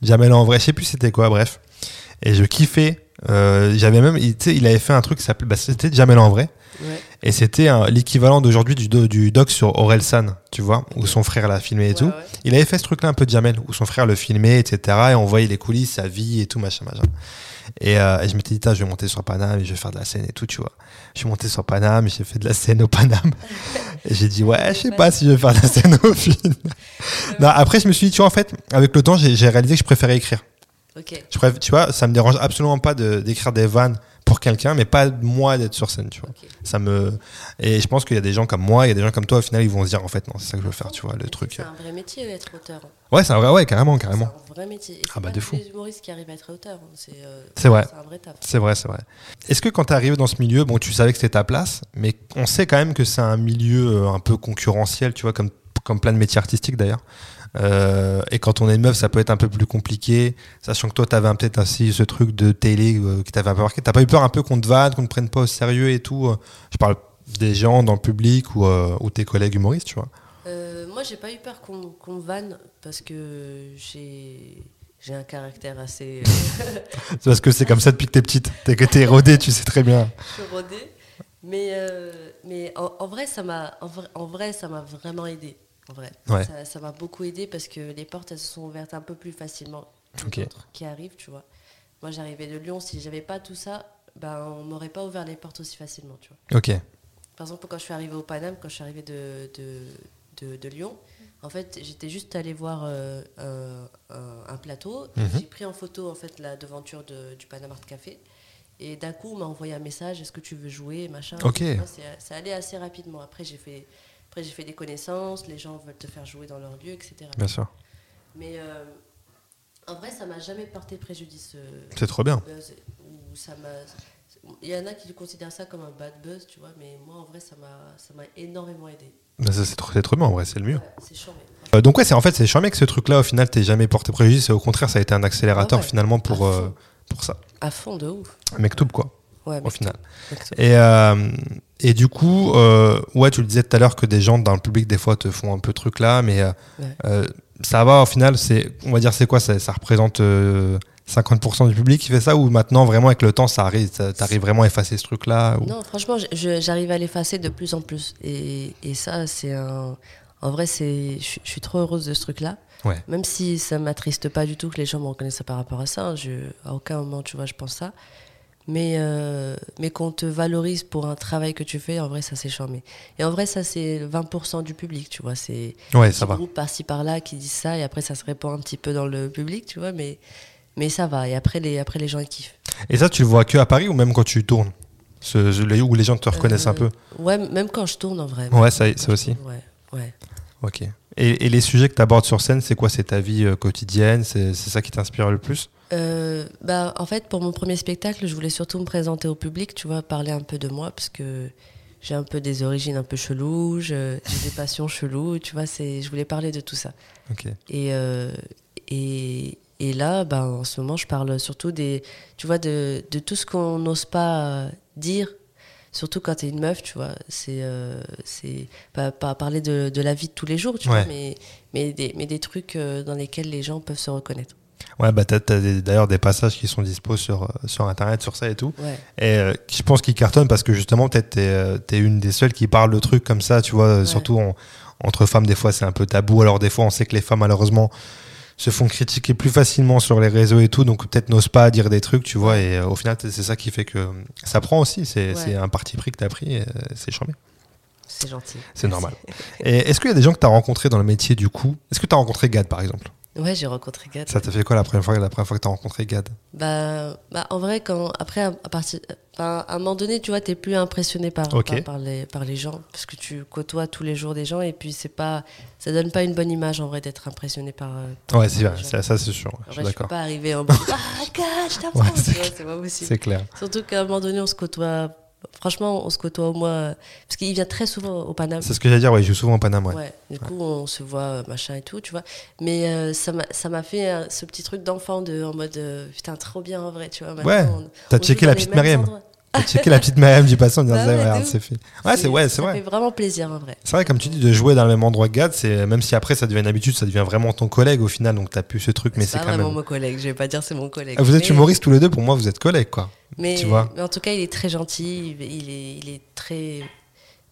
Jamel en vrai, je sais plus c'était quoi. Bref, et je kiffais. Euh, j'avais même, il, tu sais, il avait fait un truc qui s'appelait, bah, c'était Jamel en vrai. Ouais. Et c'était un- l'équivalent d'aujourd'hui du, do- du doc sur Aurel San, tu vois, où son frère l'a filmé et Ouais, tout. ouais. Il avait fait ce truc-là un peu de Jamel, où son frère le filmait, etc. Et on voyait les coulisses, sa vie et tout, machin, machin. Et, euh, et je m'étais dit, Tain, je vais monter sur Paname et je vais faire de la scène et tout, tu vois. Je suis monté sur Paname, j'ai fait de la scène au Paname. et j'ai dit, ouais, je sais pas si je vais faire de la scène au film. non, après, je me suis dit, tu vois, en fait, avec le temps, j'ai j'ai réalisé que je préférais écrire. Ok. Je préf- tu vois, ça me dérange absolument pas de- d'écrire des vannes pour quelqu'un, mais pas moi d'être sur scène, tu vois. Ok. Ça me... Et je pense qu'il y a des gens comme moi, il y a des gens comme toi, au final, ils vont se dire, en fait, non, c'est ça que je veux faire, tu vois, le Mais truc. euh. C'est un vrai métier être auteur. Ouais, c'est un vrai, ouais, carrément, C'est carrément. un vrai métier. Et c'est Ah bah, pas de tous fou. les humoristes qui arrivent à être auteurs. hein. C'est euh, C'est vrai. C'est un vrai taf. C'est vrai, c'est vrai. Est-ce que quand t'es arrivé dans ce milieu, bon, tu savais que c'était ta place, mais on sait quand même que c'est un milieu euh, un peu concurrentiel, tu vois, comme, comme plein de métiers artistiques d'ailleurs. Euh, et quand on est une meuf, ça peut être un peu plus compliqué, sachant que toi, t'avais un- peut-être aussi ce truc de télé euh, qui t'avait un peu marqué. T'as pas eu peur un peu qu'on te vanne, qu'on te prenne pas au sérieux et tout euh, Je parle des gens dans le public ou, euh, ou tes collègues humoristes, tu vois. Euh, moi, j'ai pas eu peur qu'on qu'on me vanne parce que j'ai j'ai un caractère assez euh, C'est parce que c'est comme ça depuis que t'es petite, t'es que t'es rodée, tu sais très bien. chaudé. Mais, euh, mais en, en vrai, ça m'a en vrai, en vrai, ça m'a vraiment aidé. En vrai. Ouais. Ça- Ça m'a beaucoup aidé parce que les portes, elles se sont ouvertes un peu plus facilement que Ok. d'autres qui arrivent, tu vois. Moi, j'arrivais de Lyon. Si j'avais pas tout ça, ben, on m'aurait pas ouvert les portes aussi facilement, tu vois. Ok. Par exemple, quand je suis arrivée au Paname, quand je suis arrivée de, de, de- de Lyon, en fait, j'étais juste allée voir euh, un, un- un plateau. Mhm. J'ai pris en photo en fait la devanture de- du Paname Art Café. Et d'un coup, on m'a envoyé un message est-ce que tu veux jouer machin. Ok. Tu vois, c'est- Ça allait assez rapidement. Après, j'ai fait, après, j'ai fait des connaissances les gens veulent te faire jouer dans leur lieu, etc. Bien sûr. Mais euh, en vrai, ça m'a jamais porté préjudice. euh, C'est trop bien. buzz ou ça m'a il y en a qui considèrent ça comme un bad buzz tu vois mais moi en vrai ça m'a ça m'a énormément aidé Ben, ça, C'est trop, c'est trop bien, en vrai, c'est le mieux. Ouais, c'est chiant mais franchement, Euh, donc ouais, c'est en fait c'est charmé que ce truc-là au final t'es jamais porté préjudice et au contraire ça a été un accélérateur Ah ouais. finalement pour À fond. euh, pour ça. à fond de ouf Mektoub quoi ouais mais au final. donc, Et euh, Et du coup, euh, ouais, tu le disais tout à l'heure que des gens dans le public, des fois, te font un peu truc là, mais euh, Ouais. euh, ça va, au final, c'est, on va dire, c'est quoi Ça, ça représente euh, 50% du public qui fait ça, ou maintenant, vraiment, avec le temps, ça arrive, ça- t'arrives vraiment à effacer ce truc-là ou- Non, franchement, je- je- j'arrive à l'effacer de plus en plus. Et, et ça, c'est un. En vrai, c'est, je suis- je suis trop heureuse de ce truc-là. Ouais. Même si ça m'attriste pas du tout que les gens me reconnaissent par rapport à ça. hein, je, à aucun moment, tu vois, je pense ça. Mais, euh, mais qu'on te valorise pour un travail que tu fais, en vrai, ça c'est charmé. Et en vrai, ça c'est 20% du public, tu vois. C'est Ouais, petit ça va. groupe par-ci par-là qui disent ça, et après ça se répand un petit peu dans le public, tu vois. Mais, mais ça va, et après les, après les gens ils kiffent. Et ça, tu le vois que à Paris ou même quand tu tournes Ce- ce- les- Où les gens te reconnaissent Euh, un peu Ouais, même quand je tourne en vrai. Ouais, ça, ça aussi. Ouais, ouais. Ok. Et, et les sujets que tu abordes sur scène, c'est quoi C'est ta vie euh, quotidienne C'est c'est ça qui t'inspire le plus Euh, bah, en fait, pour mon premier spectacle, je voulais surtout me présenter au public, tu vois, parler un peu de moi, parce que j'ai un peu des origines un peu cheloues, je- j'ai des passions cheloues, tu vois, c'est, je voulais parler de tout ça. Ok. Et, euh, et, et là, bah, en ce moment, je parle surtout des, tu vois, de, de tout ce qu'on n'ose pas dire, surtout quand t'es une meuf, tu vois. C'est, euh, c'est pas, pas parler de, de la vie de tous les jours, tu Ouais. vois, mais, mais, des, mais des trucs euh, dans lesquels les gens peuvent se reconnaître. Ouais, bah, t'as t'as des- d'ailleurs des passages qui sont dispos sur, euh, sur Internet, sur ça et tout. Ouais. Et euh, qui- je pense qu'ils cartonnent parce que justement, peut-être t'es euh, t'es une des seules qui parle le truc comme ça, tu vois. euh, Ouais. Surtout en- entre femmes, des fois, c'est un peu tabou. Alors, des fois, on sait que les femmes, malheureusement, se font critiquer plus facilement sur les réseaux et tout. Donc, peut-être n'osent pas dire des trucs, tu vois. Et euh, au final, t- c'est ça qui fait que euh, ça prend aussi. C'est Ouais. c'est un parti pris que t'as pris. et, euh, C'est charmé. C'est gentil. C'est normal. Et est-ce qu'il y a des gens que t'as rencontrés dans le métier du coup Est-ce que t'as rencontré Gad, par exemple Ouais, j'ai rencontré Gad. Ça t'a fait quoi la première fois, la première fois que t'as rencontré Gad Bah, bah, en vrai, quand, après, à, à partir, enfin, à un moment donné, tu vois, t'es plus impressionné par, Ok. par, par les, par les gens, parce que tu côtoies tous les jours des gens, et puis c'est pas, ça donne pas une bonne image, en vrai, d'être impressionné par. euh, par- Ouais, par c'est les vrai, gens. ça, ça, c'est sûr. ouais, En je vrai, suis je peux d'accord. pas arriver en mode, ah, gars, je t'apprends, Ouais, c'est tu vois, c'est pas possible. C'est clair. Surtout qu'à un moment donné, on se côtoie, franchement, on se côtoie au moins, euh, parce qu'il vient très souvent au Paname. C'est ce que j'allais dire, ouais, je joue souvent au Paname. Ouais. Ouais, du coup, on se voit euh, machin et tout, tu vois. Mais euh, ça m'a- ça m'a fait euh, ce petit truc d'enfant de, en mode euh, putain, trop bien en vrai, tu vois. maintenant, Ouais, on- t'as on joue checké dans la les petite mêmes Mariam. endroits. T'as checké la petite Mariam du passant en disant, Bah Ah, ouais, de regarde, ouf. c'est fait. Ouais, c'est ouais, c'est Ça fait vrai. vraiment plaisir en vrai. C'est vrai, comme tu dis, de jouer dans le même endroit que Gad, c'est même si après ça devient une habitude, ça devient vraiment ton collègue au final, donc t'as plus ce truc, mais c'est pas quand vraiment même. mon collègue, je vais pas dire c'est mon collègue. Ah, Vous êtes mais- humoristes tous les deux, pour moi, vous êtes collègues, quoi. mais, tu vois. mais en tout cas, il est très gentil, il il est, il est très.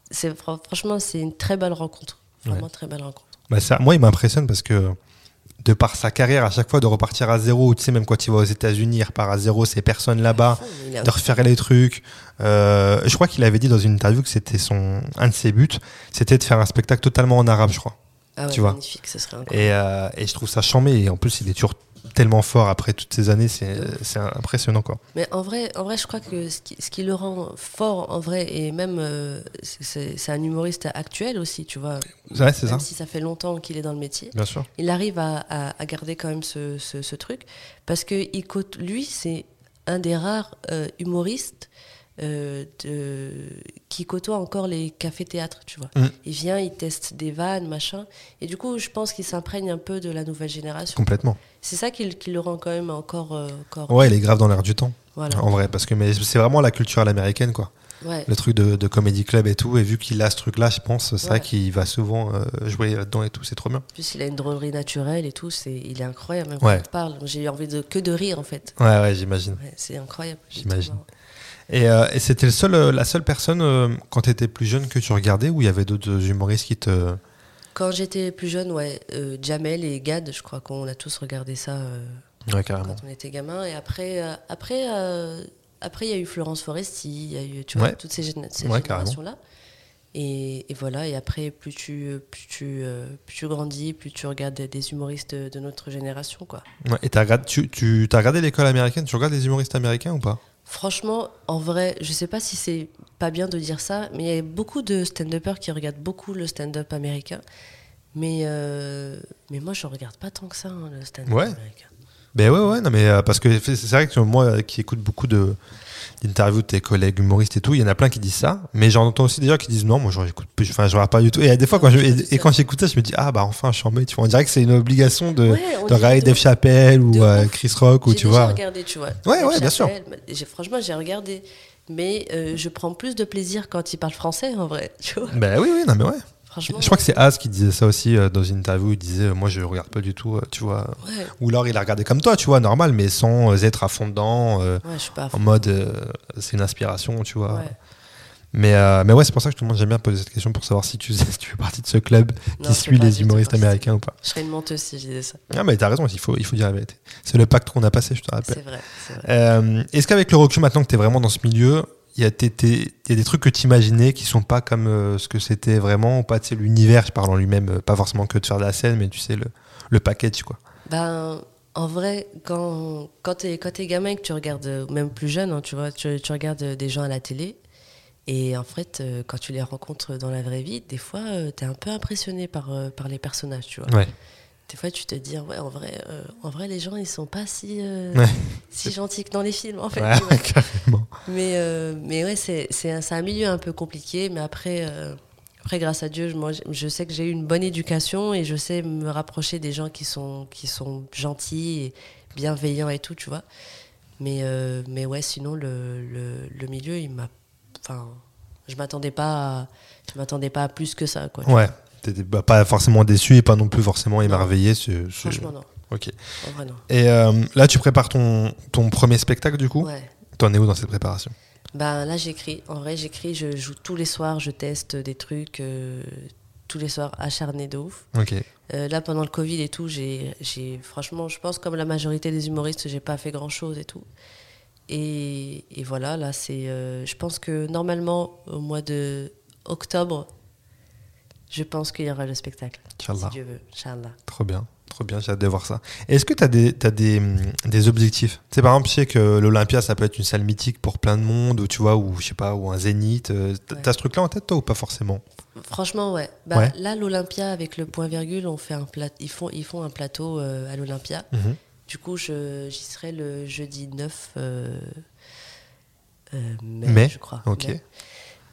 c'est fran- Franchement, c'est une très belle rencontre. Vraiment très belle rencontre. Bah, ça, moi, il m'impressionne parce que de par sa carrière, à chaque fois, de repartir à zéro, tu sais, même quand il va aux États-Unis, il repart à zéro, ces personnes là-bas, Il a- de refaire les trucs. Euh, je crois qu'il avait dit dans une interview que c'était son un de ses buts, c'était de faire un spectacle totalement en arabe, je crois. Ah ouais, tu vois. magnifique, ce serait incroyable. Et, euh, et je trouve ça charmé. Et en plus, il est toujours tellement fort après toutes ces années, c'est c'est impressionnant, quoi. Mais en vrai, en vrai, je crois que ce qui, ce qui le rend fort, en vrai, et même euh, c'est c'est un humoriste actuel aussi, tu vois. Ouais, c'est ça. Même si ça fait longtemps qu'il est dans le métier, Bien sûr. il arrive à, à- à garder quand même ce, ce- ce truc parce que il côte- lui, c'est un des rares euh, humoristes euh, de- qui côtoie encore les cafés-théâtres, tu vois. Mm. Il vient, il teste des vannes, machin, et du coup, je pense qu'il s'imprègne un peu de la nouvelle génération. Complètement. C'est ça qui, le- qui le rend quand même encore, euh, encore. Ouais, il est grave dans l'air du temps, Voilà. en vrai, parce que mais c'est vraiment la culture à l'américaine, quoi. Ouais. le truc de, de comedy club et tout. Et vu qu'il a ce truc-là, je pense, c'est vrai Ouais. qu'il va souvent euh, jouer là-dedans et tout. C'est trop bien. En plus, il a une drôlerie naturelle et tout, c'est, il est incroyable. Même Ouais. quand il parle, j'ai eu envie de que de rire en fait. Ouais, ouais, j'imagine. Ouais, c'est incroyable. C'est J'imagine. trop marrant. Et, euh, et c'était le seul, euh, la seule personne euh, quand t'étais plus jeune que tu regardais ou il y avait d'autres humoristes qui te. Quand j'étais plus jeune, ouais, euh, Jamel et Gad, je crois qu'on a tous regardé ça euh, Ouais, carrément. quand on était gamin. Et après, euh, après, euh, après, il y a eu Florence Foresti, il y a eu tu Ouais. vois, toutes ces, géné- ces Ouais, carrément. générations là. Et, et voilà. Et après, plus tu, euh, plus tu, euh, plus tu grandis, plus tu regardes des, des humoristes de, de notre génération, quoi. Ouais, et t'as regardé, tu, tu t'as regardé l'école américaine Tu regardes les humoristes américains ou pas Franchement, en vrai, je sais pas si c'est pas bien de dire ça, mais il y a beaucoup de stand-uppers qui regardent beaucoup le stand-up américain. Mais, euh, mais moi, je regarde pas tant que ça, hein, le stand-up Ouais. américain. Ben ouais, ouais, non, mais euh, parce que c'est c'est vrai que moi euh, qui écoute beaucoup de d'interviews de tes collègues humoristes et tout, il y en a plein qui disent ça, mais j'en entends aussi des gens qui disent non, moi j'en écoute plus, enfin je regarde pas du tout. Et euh, des fois, quand je, et, et quand j'écoute ça, je me dis ah bah enfin, je suis en mai, tu vois. On dirait que c'est une obligation de, Ouais, on de regarder dirait de- Dave Chappelle ou de euh, ouf. Chris Rock ou J'ai tu déjà vois. regardé, tu vois. Ouais, ouais, Dave bien sûr. Chappelle, mais j'ai- franchement, j'ai regardé. mais euh, je prends plus de plaisir quand ils parlent français en vrai. Tu vois Ben oui, oui, non, mais ouais. Franchement. Je crois que c'est As qui disait ça aussi euh, dans une interview. Il disait euh, Moi, je regarde pas du tout, euh, tu vois. Ouais, Ou alors, il a regardé comme toi, tu vois, normal, mais sans euh, être à fond dedans, euh, ouais, je suis pas. à en fond. mode euh, c'est une inspiration, tu vois. Ouais. Mais, euh, mais ouais, c'est pour ça que je te demande, j'aime bien poser cette question pour savoir si tu, si tu fais partie de ce club Non, qui je fais suit pas les du humoristes tout partie. américains ou pas. Je serais une menteuse si je disais ça. Ah, mais t'as raison, il faut, il faut dire la vérité. C'est le pacte qu'on a passé, je te rappelle. C'est vrai, c'est vrai. Euh, Est-ce qu'avec le recul, maintenant que tu es vraiment dans ce milieu, il y, a tes- tes- il y a des trucs que tu imaginais qui sont pas comme euh, ce que c'était vraiment, ou pas, tu sais, l'univers, je parle en lui-même, euh, pas forcément que de faire de la scène, mais tu sais, le, le package, quoi. Ben, en vrai, quand, quand t'es quand t'es gamin et que tu regardes, euh, même plus jeune, hein, tu vois, tu, tu regardes euh, des gens à la télé, et en fait, euh, quand tu les rencontres dans la vraie vie, des fois, tu t'es un peu impressionné par, euh, par les personnages, tu vois. Ouais. Des fois, tu te dis, ouais, en vrai, euh, en vrai les gens, ils sont pas si, euh, Ouais. si gentils que dans les films, en fait. Ouais, tu vois. carrément. Mais, euh, mais ouais, c'est c'est un, c'est un milieu un peu compliqué, mais après, euh, après grâce à Dieu, je- moi, je- je sais que j'ai eu une bonne éducation et je sais me rapprocher des gens qui sont, qui sont gentils et bienveillants et tout, tu vois. Mais, euh, mais ouais, sinon, le, le, le milieu, il m'a. Enfin, je m'attendais pas, à- je m'attendais pas à plus que ça, quoi. Ouais. T'étais bah, pas forcément déçu et pas non plus forcément émerveillé. c'est- c'est- Franchement, non. Ok. En vrai, non. Et euh, là, tu prépares ton, ton premier spectacle, du coup Ouais. T'en es où dans cette préparation Ben là, j'écris. En vrai, j'écris, je joue tous les soirs, je teste des trucs euh, tous les soirs acharnés de ouf. Ok. Euh, là, pendant le Covid et tout, j'ai, j'ai- franchement, je pense comme la majorité des humoristes, j'ai pas fait grand chose et tout. Et, et voilà, là, c'est, euh, je pense que normalement, au mois de octobre, je pense qu'il y aura le spectacle, Inch'Allah. si Dieu veut, Inch'Allah. Trop bien, trop bien, j'ai hâte de voir ça. Est-ce que tu as des, t'as des, hum, des objectifs Tu sais, par exemple, je sais que l'Olympia, ça peut être une salle mythique pour plein de monde, ou tu vois, ou je sais pas, ou un zénith. euh, T'as Ouais. t'as ce truc-là en tête, toi, ou pas forcément Franchement, ouais. Bah, Ouais. Là, l'Olympia avec le point virgule, on fait un plat, ils font, ils font un plateau euh, à l'Olympia. Mhm. Du coup, je- j'y serai le jeudi 9 euh, euh, mai, Mai, je crois. ok. Mai.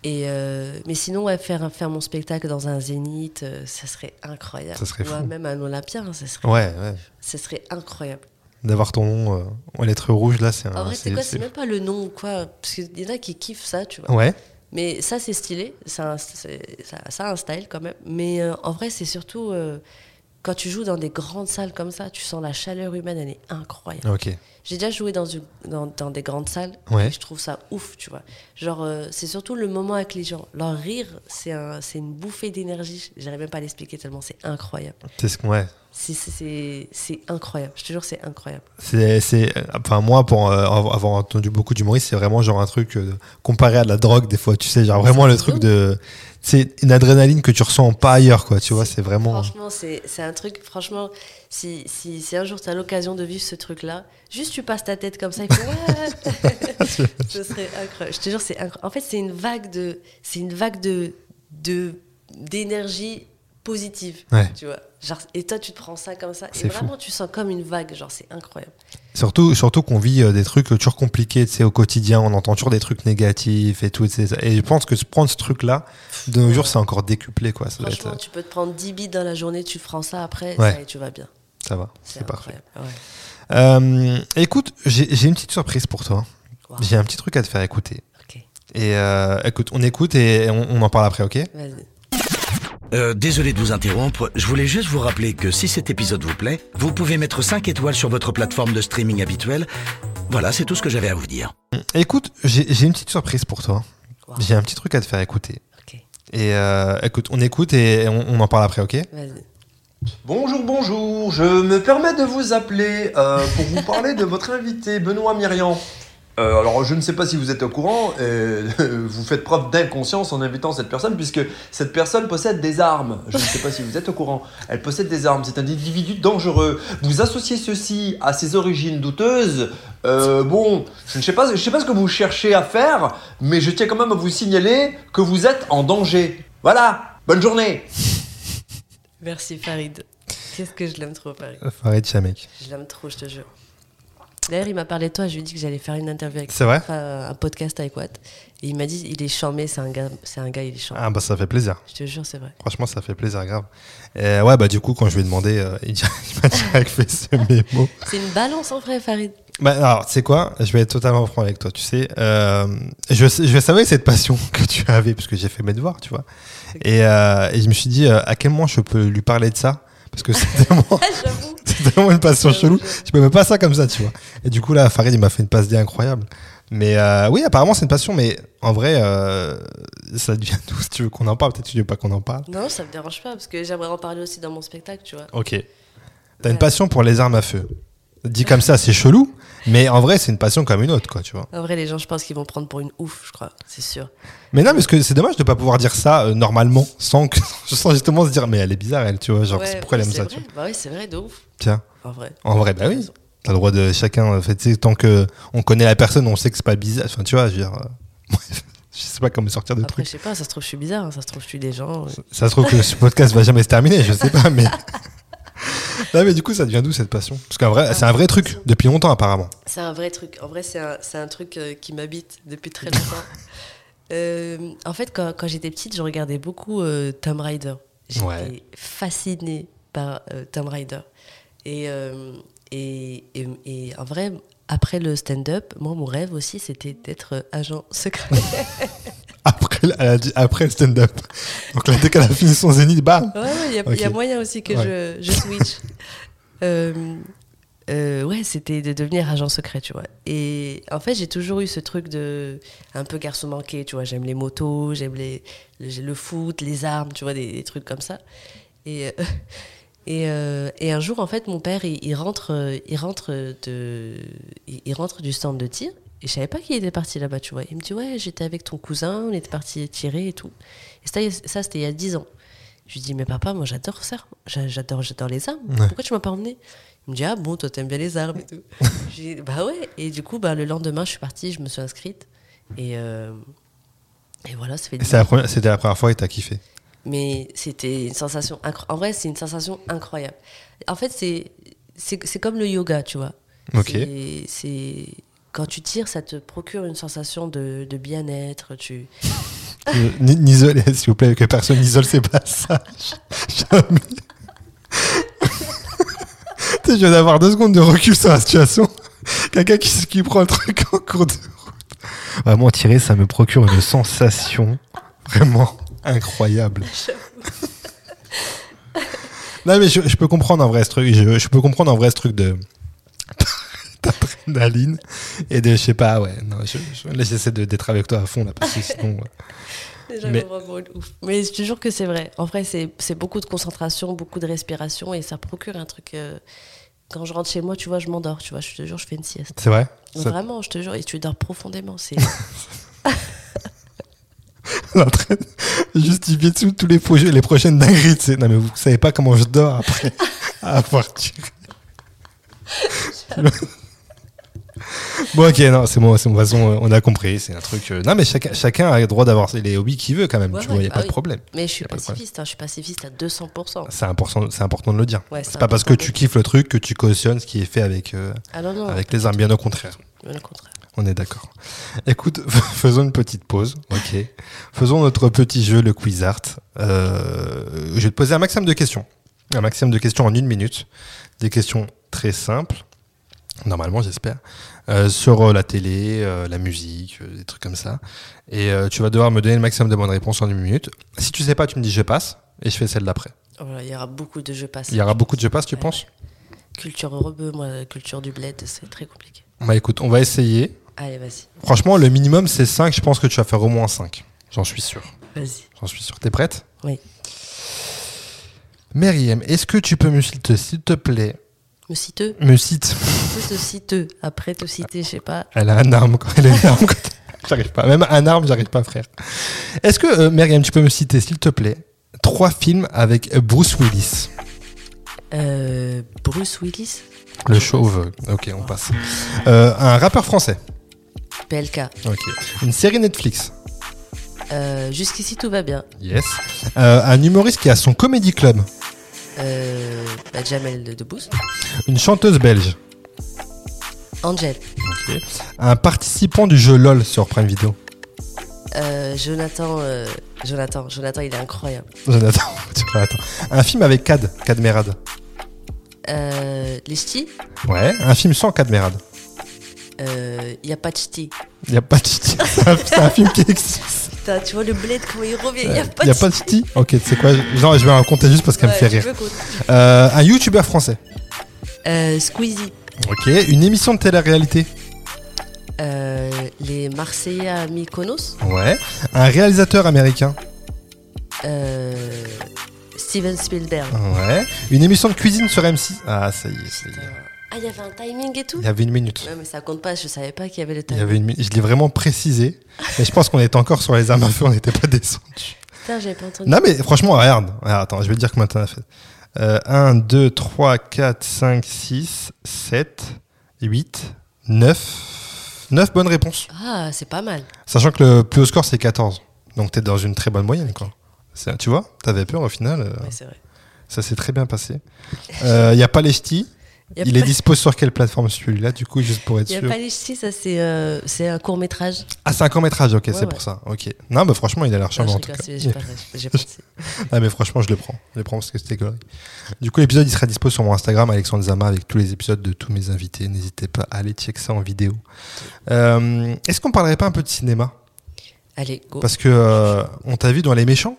Et euh, mais sinon, ouais, faire, faire mon spectacle dans un zénith, euh, ça serait incroyable. Ça serait Ou fou. même un Olympia, hein, ça, serait, Ouais, ouais. ça serait incroyable. D'avoir ton nom euh, en lettres rouges, là, c'est un. en vrai, c'est Ah, c'est- quoi c'est- Ah. C'est même pas le nom ou quoi Parce qu'il y en a qui kiffent ça, tu vois. Ouais, Mais ça, c'est stylé. Ça, a- c'est- ça, ça a un style quand même. Mais euh, en vrai, c'est surtout euh, quand tu joues dans des grandes salles comme ça, tu sens la chaleur humaine, elle est incroyable. ok. J'ai déjà joué dans, une, dans, dans des grandes salles Ouais. et je trouve ça ouf, tu vois. Genre, euh, c'est surtout le moment avec les gens. Leur rire, c'est un, c'est une bouffée d'énergie. J'arrive même pas à l'expliquer tellement c'est incroyable. C'est ce qu'on. Ouais. C'est- c'est- C'est c'est incroyable. Je te jure, c'est incroyable. C'est, c'est- enfin, moi, pour euh, avoir avoir entendu beaucoup d'humoristes, c'est vraiment genre un truc euh, comparé à de la drogue, des fois, tu sais, genre vraiment le C'est truc ouf. de. C'est une adrénaline que tu ressens pas ailleurs, quoi, tu vois, C'est- c'est vraiment. Franchement, c'est c'est un truc. Franchement, si, si, si un jour tu as l'occasion de vivre ce truc-là, juste tu passes ta tête comme ça et puis, ouais Ce serait incroyable. Je te jure, c'est incroyable. En fait, c'est une vague de. C'est une vague de. de- d'énergie positive. Ouais. Tu vois. Genre, et toi, tu te prends ça comme ça. C'est Et vraiment, tu sens comme une vague. Genre, c'est incroyable. Surtout, surtout qu'on vit euh, des trucs toujours compliqués, tu sais, au quotidien, on entend toujours des trucs négatifs et tout, et c'est ça. Et je pense que se prendre ce truc-là, de nos Ouais. jours, c'est encore décuplé, quoi. Ça, doit être, Franchement, tu peux te prendre 10 bits dans la journée, tu prends ça après, Ouais. ça, et tu vas bien. euh, ça va, c'est parfait. incroyable. Ouais. Euh, écoute, j'ai j'ai une petite surprise pour toi. Wow. J'ai un petit truc à te faire écouter. Ok, Et euh, écoute, on écoute et on, on en parle après, ok vas-y. Euh, désolé de vous interrompre, je voulais juste vous rappeler que si cet épisode vous plaît, vous pouvez mettre 5 étoiles sur votre plateforme de streaming habituelle. Voilà, c'est tout ce que j'avais à vous dire. Écoute, j'ai j'ai une petite surprise pour toi. Wow. J'ai un petit truc à te faire écouter. Ok, Et euh, écoute, on écoute et on, on en parle après, ok vas-y. Bonjour, bonjour, je me permets de vous appeler euh, pour vous parler de votre invité, Benoît Myrian. Euh, alors, je ne sais pas si vous êtes au courant, euh, vous faites preuve d'inconscience en invitant cette personne, puisque cette personne possède des armes. Je ne sais pas si vous êtes au courant. Elle possède des armes, c'est un individu dangereux. Vous associez ceci à ses origines douteuses. euh, bon, je ne sais pas, je sais pas ce que vous cherchez à faire, mais je tiens quand même à vous signaler que vous êtes en danger. Voilà, bonne journée. Merci Farid. Qu'est-ce que je l'aime trop Farid. Farid Chamek. Je l'aime trop, je te jure. D'ailleurs, il m'a parlé de toi, je lui ai dit que j'allais faire une interview avec C'est vrai enfin, un podcast avec Watt. Et il m'a dit il est charmé, c'est un gars, c'est un gars, il est charmé. Ah bah ça fait plaisir. Je te jure, c'est vrai. Franchement, ça fait plaisir, grave. Et euh, ouais, bah du coup, quand je lui ai demandé, euh, il, il m'a direct fait ce mémo. C'est une balance en vrai, Farid. Bah, alors, tu sais quoi Je vais être totalement franc avec toi, tu sais. Euh, je, je savais cette passion que tu avais, parce que j'ai fait mes devoirs, tu vois. Et, euh, et je me suis dit, euh, à quel moment je peux lui parler de ça Parce que c'est vraiment, Ah, J'avoue. c'est vraiment une passion J'avoue, chelou. j'avoue. Je peux même pas ça comme ça, tu vois. Et du coup, là, Farid, il m'a fait une passe D incroyable. Mais euh, oui, apparemment, c'est une passion, mais en vrai, euh, ça devient d'où si tu veux qu'on en parle Peut-être que tu veux pas qu'on en parle. Non, ça me dérange pas parce que j'aimerais en parler aussi dans mon spectacle, tu vois. Ok. T'as une passion pour les armes à feu. Dit comme ça, c'est chelou, mais en vrai, c'est une passion comme une autre, quoi, tu vois. En vrai, les gens, je pense qu'ils vont prendre pour une ouf, je crois, c'est sûr. Mais non, parce que c'est dommage de pas pouvoir dire ça euh, normalement, sans que, sans justement se dire, mais elle est bizarre, elle, tu vois, genre, Ouais, c'est pourquoi elle aime c'est ça, tu vrai. Bah oui, c'est vrai, de ouf. vois. Tiens, En vrai. en vrai, bah T'as oui. raison. T'as le droit de chacun, en fait, tu sais, tant que on connaît la personne, on sait que c'est pas bizarre, enfin, tu vois, je veux dire, euh, bref, je sais pas comment sortir de Après, trucs. je sais pas, ça se trouve, je suis bizarre, hein, ça se trouve, je suis des gens. Ça se trouve que ce podcast va jamais se terminer, je sais pas, mais. Non, mais du coup, ça devient d'où cette passion Parce qu'en vrai, c'est un vrai truc, depuis longtemps, apparemment. C'est un vrai truc. En vrai, c'est un, c'est un truc euh, qui m'habite depuis très longtemps. Euh, en fait, quand, quand j'étais petite, je regardais beaucoup euh, Tomb Raider. J'étais Ouais. fascinée par euh, Tomb Raider. Et, euh, et, et- et en vrai, après le stand-up, moi, mon rêve aussi, c'était d'être euh, agent secret. Après, elle a dit après le stand-up. Donc là, dès qu'elle a fini son zénith, bam Ouais, ouais, il y a- il y, a Ok. moyen aussi que Ouais. je, je switch. Euh, euh, ouais, c'était de devenir agent secret, tu vois. Et en fait, j'ai toujours eu ce truc de un peu garçon manqué, tu vois. J'aime les motos, j'aime les, le, le foot, les armes, tu vois, des, des trucs comme ça. Et, euh, et, euh, et un jour, en fait, mon père, il, il rentre, euh, il, rentre de, il, il rentre du stand de tir. Et je savais pas qu'il était parti là-bas, tu vois. Il me dit, ouais, j'étais avec ton cousin, on était parti tirer et tout. Et ça, il- ça c'était il y a 10 ans. Je lui dis, mais papa, moi j'adore ça, J'a- j'adore, j'adore les armes. Ouais. Pourquoi tu m'as pas emmené Il me dit, ah bon, toi t'aimes bien les armes et tout. je lui dis, bah ouais. Et du coup, bah, le lendemain, je suis partie, je me suis inscrite. Et, euh, et voilà, ça fait Et 10 c'est la première- C'était la première fois et t'as kiffé. mais c'était une sensation incroyable. En vrai, c'est une sensation incroyable. En fait, c'est c'est c'est comme le yoga, tu vois. Ok. C'est- C'est quand tu tires, ça te procure une sensation de, de bien-être. Tu Euh, n- N'isolez, s'il vous plaît, que personne n'isole ses passages. Jamais. Tu sais, Je viens d'avoir deux secondes de recul sur la situation. Quelqu'un qui, qui prend le truc en cours de route. Vraiment, tirer, ça me procure une sensation vraiment incroyable. Non, mais je, je peux comprendre en vrai ce truc. Je, je peux comprendre en vrai ce truc de. d'adrénaline et de je sais pas ouais non je, je- là, j'essaie de- d'être avec toi à fond là parce que sinon ouais. Déjà, Mais- vraiment de ouf. Mais je te jure que c'est vrai. En vrai, c'est c'est beaucoup de concentration, beaucoup de respiration et ça procure un truc. euh, Quand je rentre chez moi, tu vois, je m'endors. Tu vois, je te jure, je fais une sieste. c'est vrai Mais Ça- Vraiment, je te jure, et tu dors profondément. C'est Elle est en train de justifier tous tous les, projets, les prochaines dingueries. tu sais. Non, mais vous savez pas comment je dors après avoir tiré. bon, ok, non, c'est bon, c'est bon, de toute façon, euh, on a compris. C'est un truc. euh, Non, mais chacun, chacun a le droit d'avoir les hobbies qu'il veut quand même. Ouais, tu ouais, vois, il n'y a bah pas de oui. problème. Mais je suis Y a pas de problème. pacifiste. hein, je suis pacifiste à 200%. C'est important, c'est important de le dire. Ouais, c'est c'est pas parce que important tu de- kiffes le truc que tu cautionnes ce qui est fait avec, euh, Ah non, non. avec les armes. Bien au contraire. Bien au contraire. On est d'accord. Écoute, faisons une petite pause. Ok. Faisons notre petit jeu, le quiz art. Euh, je vais te poser un maximum de questions. Un maximum de questions en une minute. Des questions très simples, normalement, j'espère, euh, sur euh, la télé, euh, la musique, euh, des trucs comme ça. Et euh, tu vas devoir me donner le maximum de bonnes réponses en une minute. Si tu sais pas, tu me dis je passe et je fais celle d'après. Oh là, il y aura beaucoup de jeux passés. Il y aura beaucoup de je passe, tu Ouais. penses Culture rebeu, moi, culture du bled, c'est très compliqué. Bah écoute, on va essayer. Allez, vas-y. Franchement, le minimum, c'est 5. Je pense que tu vas faire au moins 5. J'en suis sûr. Vas-y. J'en suis sûr. T'es prête Oui. Meriem, est-ce que tu peux me s'il te, s'il te plaît Me citeux, me cite je peux te citeux. Après te citer, je sais pas. Elle a un arme quand elle a une arme. quand- J'arrive pas. Même un arme, j'arrive pas, frère. Est-ce que euh, Meriem, tu peux me citer s'il te plaît trois films avec Bruce Willis, Euh, Bruce Willis, le chauve. Ok, on passe. Euh, un rappeur français. PLK. Ok. Une série Netflix. Euh, Jusqu'ici, tout va bien. Yes. Euh, un humoriste qui a son comédie club. Euh, bah, Jamel de Debbouze. Une chanteuse belge. Angel. Ok. Un participant du jeu LOL sur Prime Video. Euh, Jonathan, euh, Jonathan, Jonathan, il est incroyable. Jonathan, Jonathan. Un film avec Cad, Cadmerade. Euh, les ch'tis, Ouais, un film sans Cadmerade. euh, y a pas de ch'ti. Il n'y a pas de ch'ti. C'est un, c'est un film qui existe. Putain, tu vois le bled comment il revient. Il Il y a pas n'y a de pas de ch'ti Ok, tu sais quoi Non, je vais raconter juste parce qu'elle me fait Ouais, tu rire. peux compter. Euh, un youtubeur français. Euh, Squeezie, Ok, une émission de télé-réalité. euh, les Marseillais à Mykonos, Ouais. Un réalisateur américain. euh, Steven Spielberg. Ouais. Une émission de cuisine sur M6. Ah, ça y est, ça y est. Ah, il y avait un timing et tout Il y avait une minute. Ouais, mais ça compte pas, je savais pas qu'il y avait le Il y timing. avait une minute. Je l'ai vraiment précisé. Mais je pense qu'on était encore sur les armes à feu, on n'était pas descendu. Putain, j'avais pas entendu. Non, mais franchement, regarde. Ah, attends, je vais te dire combien t'en as fait. Euh, 1, 2, 3, 4, 5, 6, 7, 8, 9. 9 bonnes réponses. Ah, c'est pas mal. Sachant que le plus haut score, c'est 14. Donc t'es dans une très bonne moyenne, quoi. C'est- Tu vois, t'avais peur au final. euh, Ouais, c'est vrai. Ça s'est très bien passé. Euh, Il n'y a pas les ch'tis. Y a Il pas- est dispo sur quelle plateforme celui-là, du coup, juste pour être Il y a sûr pas les ch'tis, ça c'est euh, c'est un court métrage. Ah, c'est un court-métrage, ok, Ouais, c'est ouais. pour ça. Ok. Non, mais franchement, il a l'air Non, charmant je en tout rigole, cas. c'est- j'ai pas, j'ai pas pensé. Ah, mais franchement, je le prends. Je le prends parce que c'était correct. Du coup, l'épisode, il sera dispo sur mon Instagram, Alexandre Zama, avec tous les épisodes de tous mes invités. N'hésitez pas à aller check ça en vidéo. Euh, Est-ce qu'on parlerait pas un peu de cinéma Allez, go. Parce que euh, on t'a vu dans Les Méchants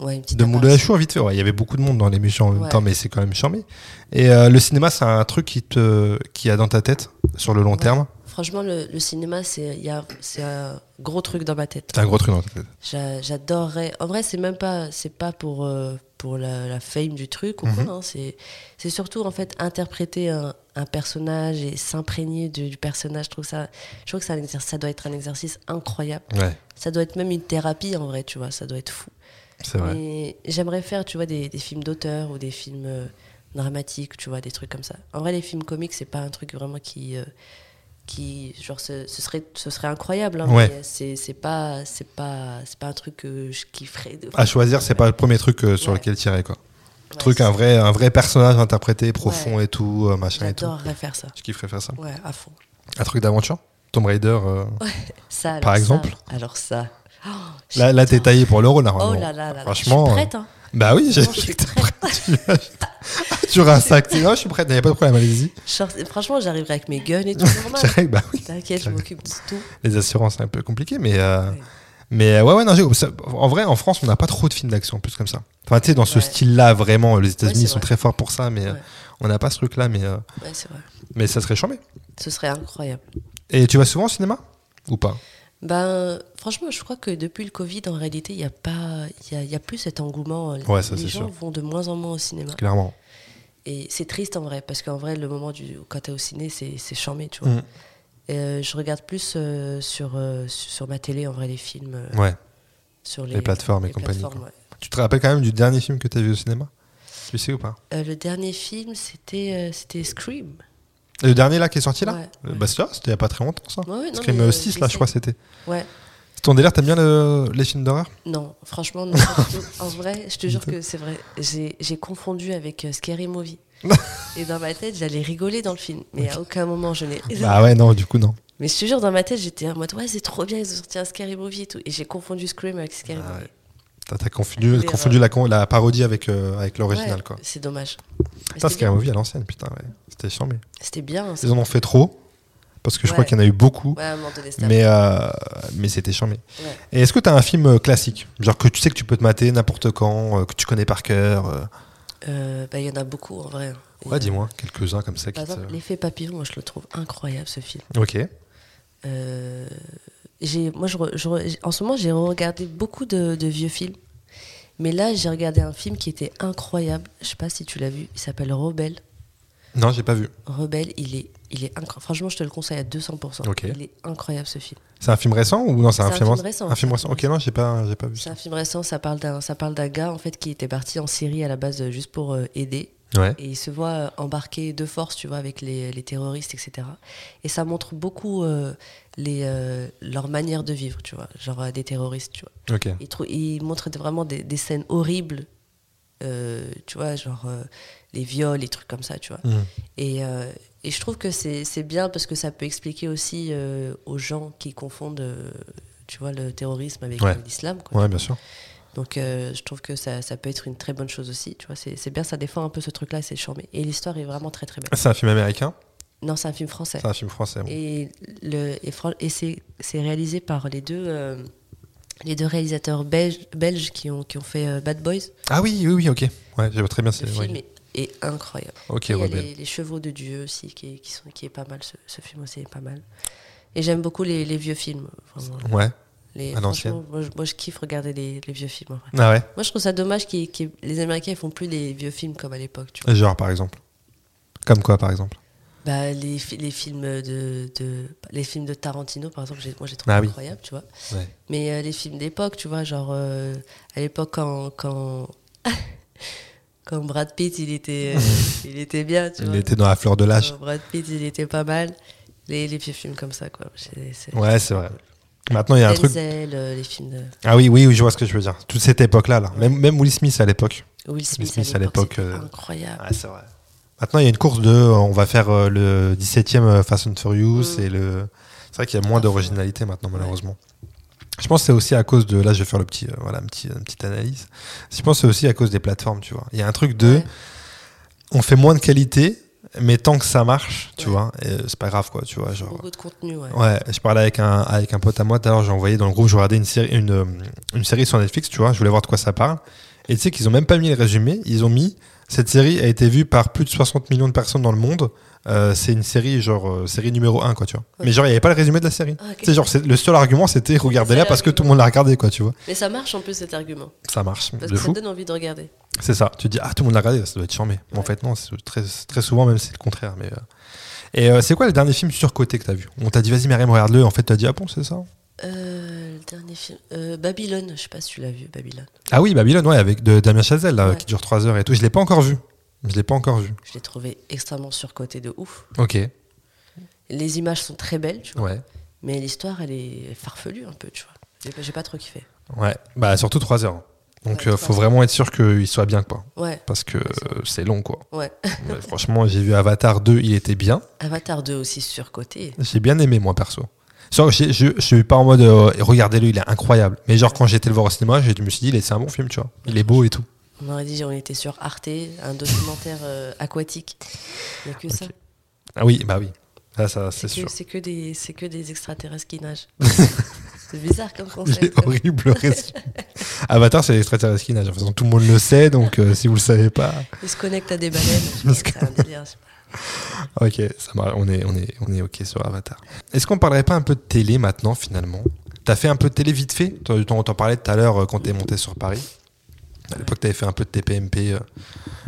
Ouais, une petite de Moulin à apparition. Chou, vite fait. Ouais, il y avait beaucoup de monde dans Les Méchants en même Ouais. temps, mais c'est quand même charmé. Et euh, le cinéma, c'est un truc qui te, qui a dans ta tête sur le long Ouais. terme. Franchement, le, le cinéma, c'est il y a- c'est un gros truc dans ma tête. C'est un gros truc dans ta tête. J'a- J'adorerais. En vrai, c'est même pas, c'est pas pour euh, pour la, la fame du truc ou quoi. Mhm. hein. C'est c'est surtout en fait interpréter un, un personnage et s'imprégner du, du personnage. Je trouve ça, je trouve que ça, ça doit être un exercice incroyable. Ouais, Ça doit être même une thérapie en vrai, tu vois. Ça doit être fou. c'est vrai. Mais j'aimerais faire, tu vois, des, des films d'auteur ou des films euh, dramatiques, tu vois, des trucs comme ça. En vrai, les films comiques, c'est pas un truc vraiment qui. euh, qui genre, ce, ce serait, ce serait incroyable, hein, Ouais. mais c'est c'est pas, c'est pas, c'est pas un truc que je kifferais. de- À choisir, c'est pas le premier truc euh, sur Ouais. lequel tirer quoi. Ouais, Ah, truc c'est- un vrai, un vrai personnage interprété profond et tout, euh, machin et tout. J'adorerais faire ça. Je kifferais faire ça. Ouais, à fond. Un truc d'aventure. Tomb Raider. euh, Ça, alors Par ça, exemple Alors ça. Oh, je- Là, là t'es taillé pour l'euro Oh normalement. là là là là. Franchement. Je suis prête, hein. Bah oui, j'ai Franchement, je suis prête. tu auras un sac. Tu dis, Oh, je suis prête. Il y a pas de problème. Allez-y. Genre, c'est- franchement, j'arriverai avec mes guns et tout normal. C'est vrai que, bah oui. T'inquiète, je m'occupe de tout. Les assurances, c'est un peu compliqué, mais euh, Ouais. mais euh, ouais, ouais, non, j'ai- ça- en vrai, en France, on n'a pas trop de films d'action, en plus comme ça. Enfin, tu sais, dans ce Ouais. style-là, vraiment, les États-Unis c'est ils sont vrai. très forts pour ça, mais euh, Ouais. on n'a pas ce truc-là, mais euh, Ouais, c'est vrai. mais ça serait charmé. Ce serait incroyable. Et tu vas souvent au cinéma ou pas Ben, franchement, je crois que depuis le Covid, en réalité, il n'y a, pas- il y a, il y a plus cet engouement. Les- Ouais, ça, c'est Les gens sûr. vont de moins en moins au cinéma. Clairement. Et c'est triste en vrai, parce qu'en vrai, le moment du, quand t'es au ciné, c'est c'est charmé, tu vois. Mm. Et, euh, je regarde plus euh, sur, euh, sur sur ma télé, en vrai, les films. euh, Ouais. sur les, Les plateformes et les compagnie, plateformes, ouais. Tu te rappelles quand même du dernier film que t'as vu au cinéma Tu sais ou pas Euh, le dernier film, c'était euh, c'était Scream. Le dernier là qui est sorti là Ouais, Euh, ouais. Bah c'est ça, c'était il y a pas très longtemps ça. Ouais, ouais, non, Scream mais, euh, 6 là je j'essaie. crois c'était. Ouais. C'est ton délire, t'aimes bien le- les films d'horreur Non, franchement, non. en vrai, je te jure que c'est vrai. J'ai j'ai confondu avec euh, Scary Movie. Et dans ma tête, j'allais rigoler dans le film. Mais à aucun moment, je n'ai. Bah ouais non du coup non. Mais je te jure, dans ma tête, j'étais en mode ouais, c'est trop bien, ils ont sorti un Scary Movie et tout. Et j'ai confondu Scream avec Scary Ah Movie. T'as t'as confondu, Des confondu la, con- la parodie avec, euh, avec l'original Ouais, quoi. C'est dommage. Mais Putain c'était Scary bien. Movie à l'ancienne putain ouais. C'était chiant mais. C'était bien. hein, ça. Ils en ont fait trop parce que je crois Ouais. qu'il y en a eu beaucoup. Ouais, à un moment donné, c'était Mais, euh, mais c'était chiant mais. Ouais. Et est-ce que t'as un film euh, classique Genre que tu sais que tu peux te mater n'importe quand, euh, que tu connais par cœur euh. après. Euh, bah, il y en a beaucoup en vrai. Il y Ouais a- dis-moi, quelques-uns comme ça qui Par exemple, te- L'effet papillon, moi, je le trouve incroyable ce film. Ok. Euh, j'ai- moi, je re- je re- en ce moment, j'ai regardé beaucoup de, de vieux films. Mais là, j'ai regardé un film qui était incroyable. Je sais pas si tu l'as vu. Il s'appelle Rebelle. Non j'ai pas vu. Rebelle, il est, il est incroyable. Franchement, je te le conseille à 200%. Ok. Il est incroyable ce film. C'est un film récent ou non C'est un, film récent. Un film récent. Ok, non, j'ai pas, j'ai pas vu C'est ça. un film récent. Ça parle d'un, ça parle d'un gars en fait qui était parti en Syrie à la base euh, juste pour euh, aider. Ouais. Et il se voit euh, embarqué de force, tu vois, avec les, les terroristes, etc. Et ça montre beaucoup euh, les, euh, leur manière de vivre, tu vois, genre euh, des terroristes, tu vois. Ok. Il, trou- il montre des- vraiment des, des scènes horribles, euh, tu vois, genre euh, les viols, les trucs comme ça, tu vois. Hmm. Et, euh, et je trouve que c'est c'est bien parce que ça peut expliquer aussi euh, aux gens qui confondent, euh, tu vois, le terrorisme avec Ouais. euh, l'islam. quoi. Ouais, bien sûr. Donc euh, je trouve que ça, ça peut être une très bonne chose aussi, tu vois. C'est c'est bien, ça défend un peu ce truc-là, et c'est charmé. Et l'histoire est vraiment très très belle. C'est un film américain. Non, c'est un film français. C'est un film français. bon. Et, le, et, fran- et c'est c'est réalisé par les deux, euh, les deux réalisateurs belges, belges qui, ont, qui ont fait euh, Bad Boys. Ah oui, oui, oui, ok. Ouais, je vois très bien. Le c'est- film ouais. est, est incroyable. Ok, ben. Et il y a Rebelle. les, les Chevaux de Dieu aussi, qui est, qui sont, qui est pas mal. Ce, ce film aussi est pas mal. Et j'aime beaucoup les, les vieux films. vraiment. Ouais. Les, À l'ancienne. franchement, moi, je, moi, je kiffe regarder les, les vieux films. en vrai. Ah ouais. Moi, je trouve ça dommage que les Américains ils font plus les vieux films comme à l'époque. tu vois. Genre, par exemple. Comme quoi, par exemple Bah, les, fi- les films de, de les films de Tarantino par exemple j'ai- moi j'ai trouvé Ah oui. incroyable tu vois Ouais. mais euh, les films d'époque tu vois genre euh, à l'époque quand quand quand Brad Pitt il était euh, il était bien tu Il vois était dans la fleur de l'âge. Quand Brad Pitt il était pas mal les, les vieux films comme ça quoi C'est- c'est- Ouais, c'est vrai. Maintenant, il y a un truc. Denzel, euh, les films de Ah oui, oui, oui, je vois ce que je veux dire. Toute cette époque-là, là. Même, même Will Smith à l'époque. Will Smith, Smith, à à l'époque, l'époque c'était euh, incroyable Ouais, c'est vrai. Maintenant, il y a une course de. euh, On va faire euh, le 17 e Fast and Furious et le. C'est vrai qu'il y a moins d'originalité maintenant, malheureusement. Je pense que c'est aussi à cause de. Là, je vais faire le petit, euh, voilà, un petit, une petite analyse. Je pense que c'est aussi à cause des plateformes, tu vois. Il y a un truc de. Ouais. On fait moins de qualité, mais tant que ça marche, tu Ouais. vois, et, euh, c'est pas grave, quoi, tu vois. Genre, beaucoup de contenu ouais, Ouais, je parlais avec un, avec un pote à moi tout à l'heure, j'ai envoyé dans le groupe, je regardais une série, une, euh, une série sur Netflix, tu vois, je voulais voir de quoi ça parle. Et tu sais qu'ils ont même pas mis le résumé, ils ont mis cette série a été vue par plus de 60 millions de personnes dans le monde. Euh, c'est une série genre euh, série numéro 1 quoi tu vois. Mais genre il y avait pas le résumé de la série. Ah, ok. C'est genre c'est- le seul argument c'était regardez-la C'est parce que tout le monde l'a regardé quoi tu vois. mais ça marche en plus cet argument Ça marche parce de que ça fou. donne envie de regarder C'est ça. Tu te dis, ah, tout le monde l'a regardé, ça doit être charmé. Mais En Ouais. fait, non, c'est très, très souvent, même, c'est le contraire. Mais, euh. Et euh, c'est quoi le dernier film surcoté que t'as vu On t'a dit, vas-y, Mariam, regarde-le. En fait, t'as dit, ah bon, c'est ça Euh, le dernier film euh, Babylone je sais pas si tu l'as vu Babylone Ah oui, Babylone, ouais, avec de, Damien Chazelle, là, Ouais. qui dure 3 heures et tout. Je l'ai pas encore vu. Je l'ai pas encore vu. Je l'ai trouvé extrêmement surcoté de ouf. Ok, Les images sont très belles, tu vois, ouais. mais l'histoire, elle est farfelue un peu, tu vois. J'ai pas- J'ai pas trop kiffé. Ouais, bah, surtout 3 heures. Donc, Ouais, euh, trois faut heures. vraiment être sûr qu'il soit bien, quoi. Ouais, Parce que euh, c'est long, quoi. ouais. Ouais, franchement, j'ai vu Avatar 2, il était bien. Avatar 2 aussi surcoté. J'ai bien aimé, moi, perso. Genre, j'ai- je, je suis pas en mode euh, regardez-le, il est incroyable. Mais genre, quand j'étais le voir au cinéma, je me suis dit, il est- c'est un bon film, tu vois. Il est beau et tout. On aurait dit, on était sur Arte, un documentaire euh, aquatique. Il n'y a que ça. Ah oui, bah oui. Ça, ça c'est C'est sûr. que, c'est que des, c'est que des extraterrestres qui nagent. c'est bizarre comme Il concept. est horrible le résumé. Avatar, c'est l'extraterrestre qui nage. De toute façon, tout le monde le sait, donc euh, si vous le savez pas. Ils se connectent à des baleines. je sais pas, C'est un délire. je sais pas. Ok, ça marche. On est, on, est, on est ok sur Avatar. Est-ce qu'on parlerait pas un peu de télé maintenant, finalement T'as fait un peu de télé vite fait T'en t'en- t'en parlais tout à l'heure euh, quand t'es monté sur Paris. À l'époque, t'avais fait un peu de TPMP euh,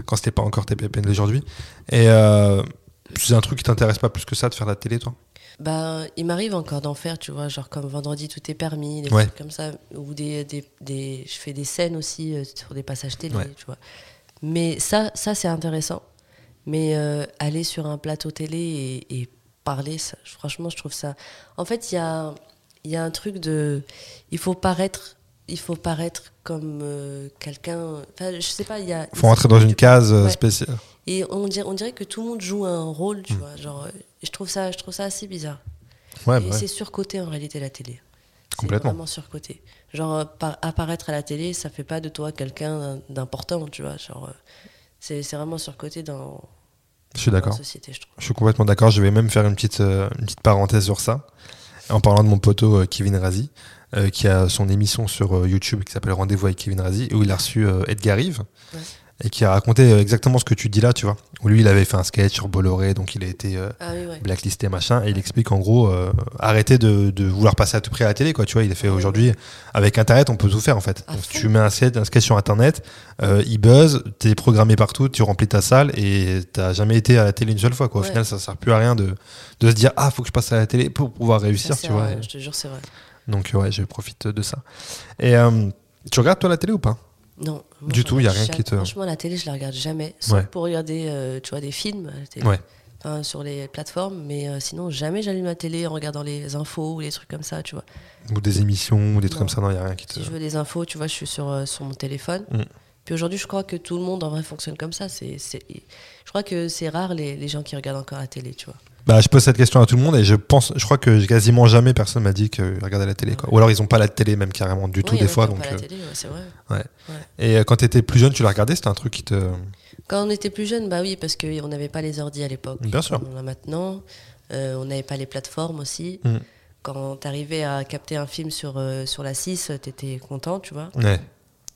quand c'était pas encore TPMP d'aujourd'hui. Et euh, c'est un truc qui t'intéresse pas plus que ça de faire de la télé, toi Bah, il m'arrive encore d'en faire, tu vois, genre comme vendredi tout est permis, des Ouais. trucs comme ça, ou des, des, des- je fais des scènes aussi euh, sur des passages télé, Ouais. tu vois. Mais ça, ça c'est intéressant. Mais euh, aller sur un plateau télé et, et parler, ça, je- franchement, je trouve ça. En fait, il y a, il y a un truc de, il faut paraître, il faut paraître comme euh, quelqu'un. Enfin, je sais pas, il y a. Faut rentrer dans une case euh, Ouais. spéciale. Et on dirait, on dirait que tout le monde joue un rôle, Mm. tu vois. Genre, euh, je trouve ça, je trouve ça assez bizarre. Ouais, Et bah ouais. c'est surcoté en réalité la télé. C'est Complètement. Vraiment surcoté. Genre euh, par- apparaître à la télé, ça fait pas de toi quelqu'un d'important, tu vois. Genre euh, c'est c'est vraiment surcoté dans, Je suis dans d'accord. la société, je trouve. Je suis complètement d'accord. Je vais même faire une petite, euh, une petite parenthèse sur ça. En parlant de mon poteau euh, Kevin Razi, euh, qui a son émission sur euh, YouTube qui s'appelle Rendez-vous avec Kevin Razi, où il a reçu euh, Edgar Rive. Ouais. Et qui a raconté euh, exactement ce que tu dis là, tu vois. Où lui, il avait fait un sketch sur Bolloré, donc il a été euh, Ah oui, ouais. blacklisté, machin. Et il explique en gros, euh, arrêtez de, de vouloir passer à tout prix à la télé, quoi. Tu vois, il a fait Ouais, aujourd'hui, avec Internet, on peut tout faire, en fait. À Donc, fond. tu mets un sketch, un sketch sur Internet, euh, il buzz, t'es programmé partout, tu remplis ta salle et t'as jamais été à la télé une seule fois, quoi. Au Ouais. final, ça sert plus à rien de, de se dire, ah, faut que je passe à la télé pour pouvoir Ça, réussir, c'est tu vois. euh, vrai, Et Je te jure, c'est vrai. Donc, ouais, je profite de ça. Et euh, tu regardes, toi, la télé ou pas Non. moi, Du je tout, y a regarde rien qui jamais- te- Franchement, la télé, je la regarde jamais. Sauf Ouais. pour regarder, euh, tu vois, des films à la télé. Ouais. Enfin, sur les plateformes, mais euh, sinon, jamais j'allume la télé en regardant les infos ou les trucs comme ça, tu vois. Ou des émissions, ou des trucs Non. comme ça, non, y a rien qui te. Si je veux des infos, tu vois, je suis sur, euh, sur mon téléphone. Euh. Mm. Puis aujourd'hui, je crois que tout le monde en vrai fonctionne comme ça. C'est, c'est- je crois que c'est rare les, les gens qui regardent encore la télé, tu vois. Bah, je pose cette question à tout le monde et je pense, je crois que quasiment jamais personne m'a dit que regardait la télé. Quoi. Ou alors ils n'ont pas la télé même carrément du Ouais, tout il y en des a fois. qui ont Donc, pas la euh, télé, ouais, c'est vrai. et euh, quand t'étais plus jeune, tu la regardais, c'était un truc qui te. Quand on était plus jeune, bah oui, parce qu'on n'avait pas les ordi à l'époque. Bien sûr. Comme On a maintenant. Euh, on n'avait pas les plateformes aussi. Mm. Quand t'arrivais à capter un film sur, euh, sur la 6, euh, t'étais content, tu vois. Ouais,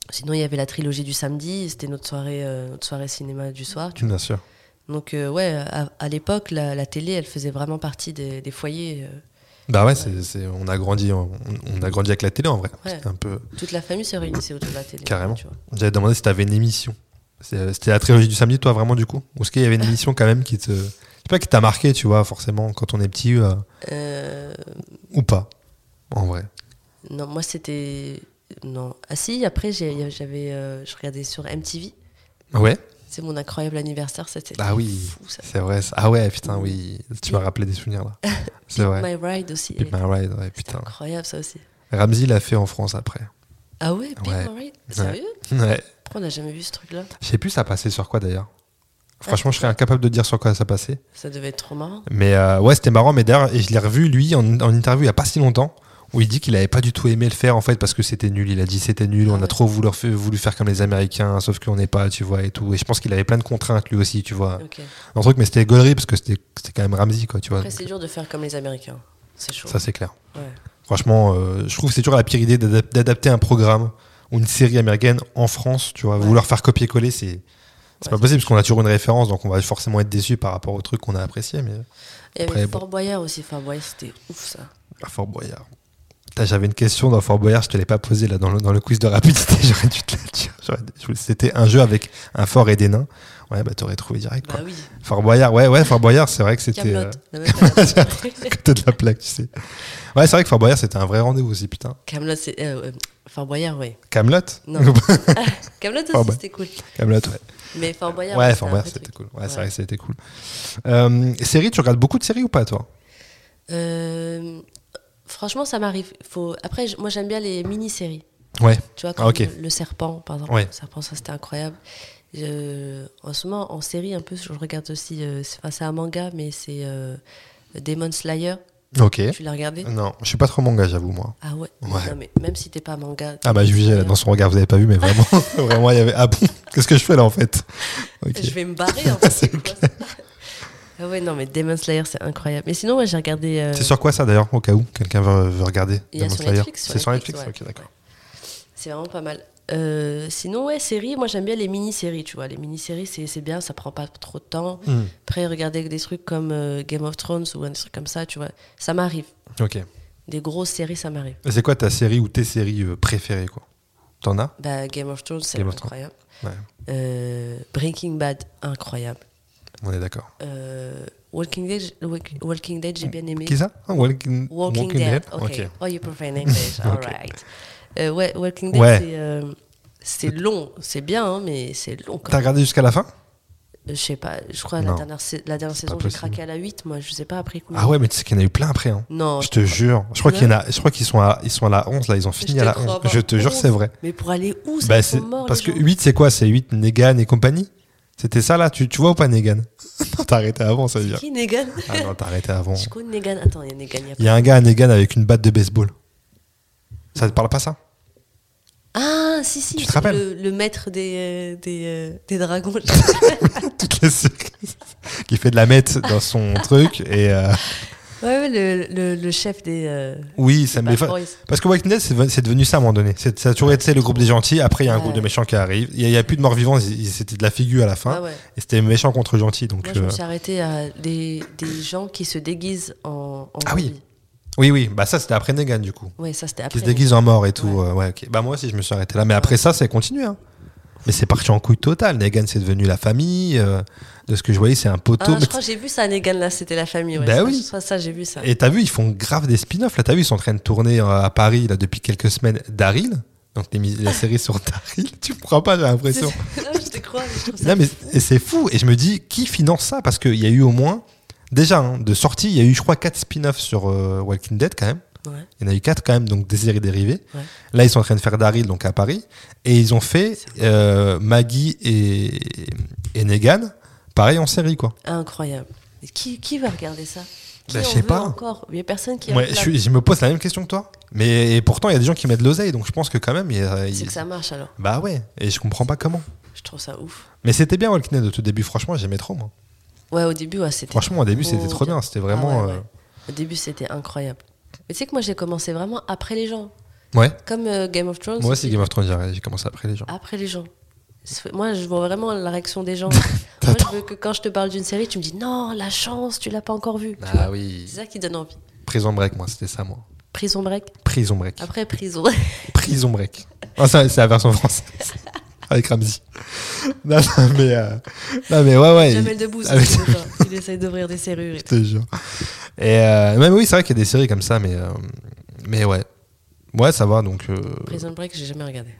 Sinon, il y avait la trilogie du samedi, c'était notre soirée, euh, notre soirée cinéma du soir. Tu bien sûr. vois. Donc, euh, ouais, à, à l'époque, la, la télé, elle faisait vraiment partie des, des foyers. euh, Bah ouais, c'est- c'est- on a grandi, on, on a grandi avec la télé en vrai. Ouais. C'était un peu. toute la famille se réunissait autour de la télé. Carrément. tu vois. J'avais demandé si t'avais une émission. C'est- euh, C'était la trilogie du samedi, toi vraiment du coup. Ou est-ce qu'il y avait une émission quand même qui te, je sais pas, qui t'a marqué, tu vois, forcément quand on est petit euh, Euh, ou pas, en vrai. non, moi, c'était. Non. Ah si, après, j'ai- j'avais, euh, je regardais sur MTV. Ouais. C'est mon incroyable anniversaire, c'était Ah oui. fou ça. C'est vrai. ça. Ah ouais, putain, oui. Tu m'as rappelé des souvenirs là. C'est vrai. My Ride aussi. Pip My Ride, ouais, C'était putain. incroyable ça aussi. Ramsey l'a fait en France après. Ah ouais, Pip Ouais. My Ride Sérieux Ouais. Pourquoi on n'a jamais vu ce truc-là Je sais plus ça passait sur quoi d'ailleurs. Franchement, je serais incapable de dire sur quoi ça passait. Ça devait être trop marrant. Mais euh, ouais, c'était marrant. Mais d'ailleurs, et je l'ai revu, lui, en, en interview il n'y a pas si longtemps, où il dit qu'il n'avait pas du tout aimé le faire, en fait, parce que c'était nul. Il a dit c'était nul, Ah on a ouais. trop voulu, refa- voulu faire comme les Américains, sauf qu'on n'est pas, tu vois, et tout. Et je pense qu'il avait plein de contraintes, lui aussi, tu vois. Ok. Un truc, mais c'était gaulerie, parce que c'était c'était quand même Ramsey, quoi, tu vois. Après, c'est dur de faire comme les Américains. C'est chaud. Ça, c'est clair. Ouais. Franchement, euh, je trouve que c'est toujours la pire idée d'adap- d'adapter un programme ou une série américaine en France, tu vois. Ouais. Vouloir faire copier-coller, c'est. C'est Ouais, pas c'est possible parce qu'on a toujours une référence, donc on va forcément être déçu par rapport au truc qu'on a apprécié. Mais euh, Il y avait Après, Fort Boyard aussi. Fort Boyard, c'était ouf ça. Ah, Fort Boyard. Putain, J'avais une question dans Fort Boyard, je te l'ai pas posée là dans le, dans le quiz de rapidité, j'aurais dû te la dire. J'aurais dû- je voulais- C'était un jeu avec un fort et des nains. Ouais, bah t'aurais trouvé direct quoi. Bah oui. Fort Boyard, ouais, ouais, Fort Boyard, c'est vrai que c'était euh, Camelot. La meuf, elle a- à côté de la plaque, tu sais. Ouais, c'est vrai que Fort Boyard c'était un vrai rendez-vous aussi, putain. Camelot, c'est. euh, euh, Fort Boyard, oui. Camelot Non. Camelot aussi, Fort Boy- c'était cool. Camelot, ouais. Mais Fort Boyard. Ouais, c'était Fort un Boyard vrai c'était truc. cool. Ouais, c'est Ouais. vrai que c'était cool. Euh, série, tu regardes beaucoup de séries ou pas toi Euh, Franchement, ça m'arrive. Faut... Après, j- moi, j'aime bien les mini-séries. Ouais. Tu vois, Ah, comme ok. le, le serpent, par exemple. Ouais. Le serpent, ça c'était incroyable. Je- en ce moment, en série, un peu, je regarde aussi. euh, c'est enfin, c'est un manga, mais c'est euh, Demon Slayer. Ok. Tu l'as regardé Non, je suis pas trop manga, j'avoue moi. Ah ouais, Ouais. Non, mais même si t'es pas manga. Ah bah je jugeais là, dans son regard, vous avez pas vu, mais vraiment, vraiment il y avait ah bon, qu'est-ce que je fais là en fait Ok. Je vais euh, me barrer en fait. c'est quoi ça ah ouais, non, mais Demon Slayer, c'est incroyable. Mais sinon, ouais, j'ai regardé. euh, C'est sur quoi ça d'ailleurs, au cas où quelqu'un veut, veut regarder Il y a Demon sur Slayer Netflix, sur C'est sur Netflix, Netflix, ok d'accord. C'est vraiment pas mal. Euh, sinon, ouais, série, moi j'aime bien les mini-séries, tu vois. Les mini-séries, c'est c'est bien, ça prend pas trop de temps. Hmm, Après, regarder des trucs comme euh, Game of Thrones ou un truc comme ça, tu vois, ça m'arrive. Ok. Des grosses séries, ça m'arrive. Et C'est quoi ta série ou tes séries euh, préférées quoi T'en as Bah, Game of Thrones, c'est Game of Thrones. incroyable. Ouais, Euh, Breaking Bad, incroyable. on est d'accord. Euh, Walking Dead, j- Walk- Walking Dead j'ai bien aimé. Qui ça Ah, Walking, Walking, Walking Dead, ok. ok. Oh, you prefer in English, Ok. alright. Euh, ouais, Walking Dead, Ouais. c'est, euh, c'est long, c'est bien, hein, mais c'est long quand T'as même. Euh, regardé jusqu'à la fin Je sais pas, je crois Non. la dernière, sa- la dernière C'est saison, pas j'ai possible. craqué à la 8, moi, je sais pas après combien. Ah ouais, mais tu sais qu'il y en a eu plein après. Hein. Non, Je te jure. Je crois qu'il y en a. Je crois qu'ils sont à, ils sont à la 11 là. Ils ont fini te à la crois 11. pas. Je te jure, c'est vrai. mais pour aller où ça Bah, ils c'est- sont morts, parce les que gens. 8, c'est quoi C'est 8 Negan et compagnie C'était ça là tu, tu vois ou pas Negan Non, t'as arrêté avant, ça veut dire. Qui Negan Ah non, t'as arrêté avant. Je connais Negan. Attends, il y a Negan. il Y a... Il y a un gars à Negan avec une batte de baseball. Ça te parle pas ça Ah, si, si. Tu te c'est rappelles le, le maître des, euh, des, euh, des dragons. Toutes les séries. Qui fait de la mette dans son truc. Et euh, ouais, ouais, le, le, le chef des. euh, oui, ça me Bad les fa- Boys. Parce que Walking Dead, c'est ve- c'est devenu ça à un moment donné. C'est- Ça a toujours été le groupe des gentils. Après, il y a un Ouais. groupe de méchants qui arrive. Il y a- il y a, plus de morts vivants. ils- ils- C'était de la figure à la fin. Ah ouais. Et c'était méchant contre gentil. Donc, Moi, je me euh, suis arrêtée à des, des gens qui se déguisent en. en Ah oui. zombies. Oui, oui. Bah, ça, c'était après Negan du coup. Ouais, ça c'était qui après. se déguise en mort et tout. Ouais. euh, Ouais. ok. Bah moi aussi je me suis arrêté là. Mais après ça, c'est continué. hein. Mais c'est parti en couille totale. Negan c'est devenu la famille. euh, de ce que je voyais, c'est un poteau. Ah, je crois que j'ai vu ça, Negan, là, c'était la famille. Ouais. Bah Ça, oui. Ça, ça, j'ai vu ça. et t'as vu, ils font grave des spin-offs. Là, t'as vu, ils sont en train de tourner euh, à Paris là depuis quelques semaines. Daryl, donc les mis- la série sur Daryl. Tu me crois pas, j'ai C'est- l'impression. Non, je te crois, mais je trouve ça. Non mais et c'est fou. Et je me dis, qui finance ça Parce qu'il y a eu au moins déjà hein, de sortie, il y a eu je crois quatre spin-offs sur euh, Walking Dead quand même. Ouais. Il y en a eu quatre quand même, donc des séries dérivées. Ouais. Là, ils sont en train de faire Daryl, donc à Paris. Et ils ont fait euh, Maggie et, et Negan, pareil en série, quoi. Incroyable. Qui, qui va regarder ça Qui Bah, je en sais veut pas. Encore Il y a personne qui. Ouais, regarde. je, suis- je me pose la même question que toi. Mais et pourtant, il y a des gens qui mettent de l'oseille, donc je pense que quand même. il y a- il- C'est que ça marche alors. Bah ouais, et je comprends pas comment. Je trouve ça ouf. Mais c'était bien Walking Dead au tout début, franchement, j'aimais trop moi. Ouais, au début, ouais, c'était. Franchement, au début, trop c'était trop bien, c'était vraiment. euh, Ah ouais, ouais. Au début, c'était incroyable. Mais tu sais que moi, j'ai commencé vraiment après les gens. euh, ouais. Comme euh, Game of Thrones. Moi aussi, Game of Thrones, j'ai- j'ai commencé après les gens. Après les gens. C'est- Moi, je vois vraiment la réaction des gens. Moi, T'attends. je veux que quand je te parle d'une série, tu me dis non, la chance, tu l'as pas encore vue. Tu vois. Ah oui. C'est ça qui donne envie. Prison Break, moi, c'était ça, moi. Prison break. Prison Break. Après prison. Prison Break. Ah, ça, c'est la version française. Avec Ramsey. Non, non, mais, euh, non, mais ouais, ouais. Jamel il- Debbouze. avec- c'est le genre. Il essaye d'ouvrir des serrures. et je te jure. Et euh, même oui, c'est vrai qu'il y a des séries comme ça, mais, euh, mais ouais. Ouais, ça va, donc. euh, tout. Prison break, j'ai jamais regardé.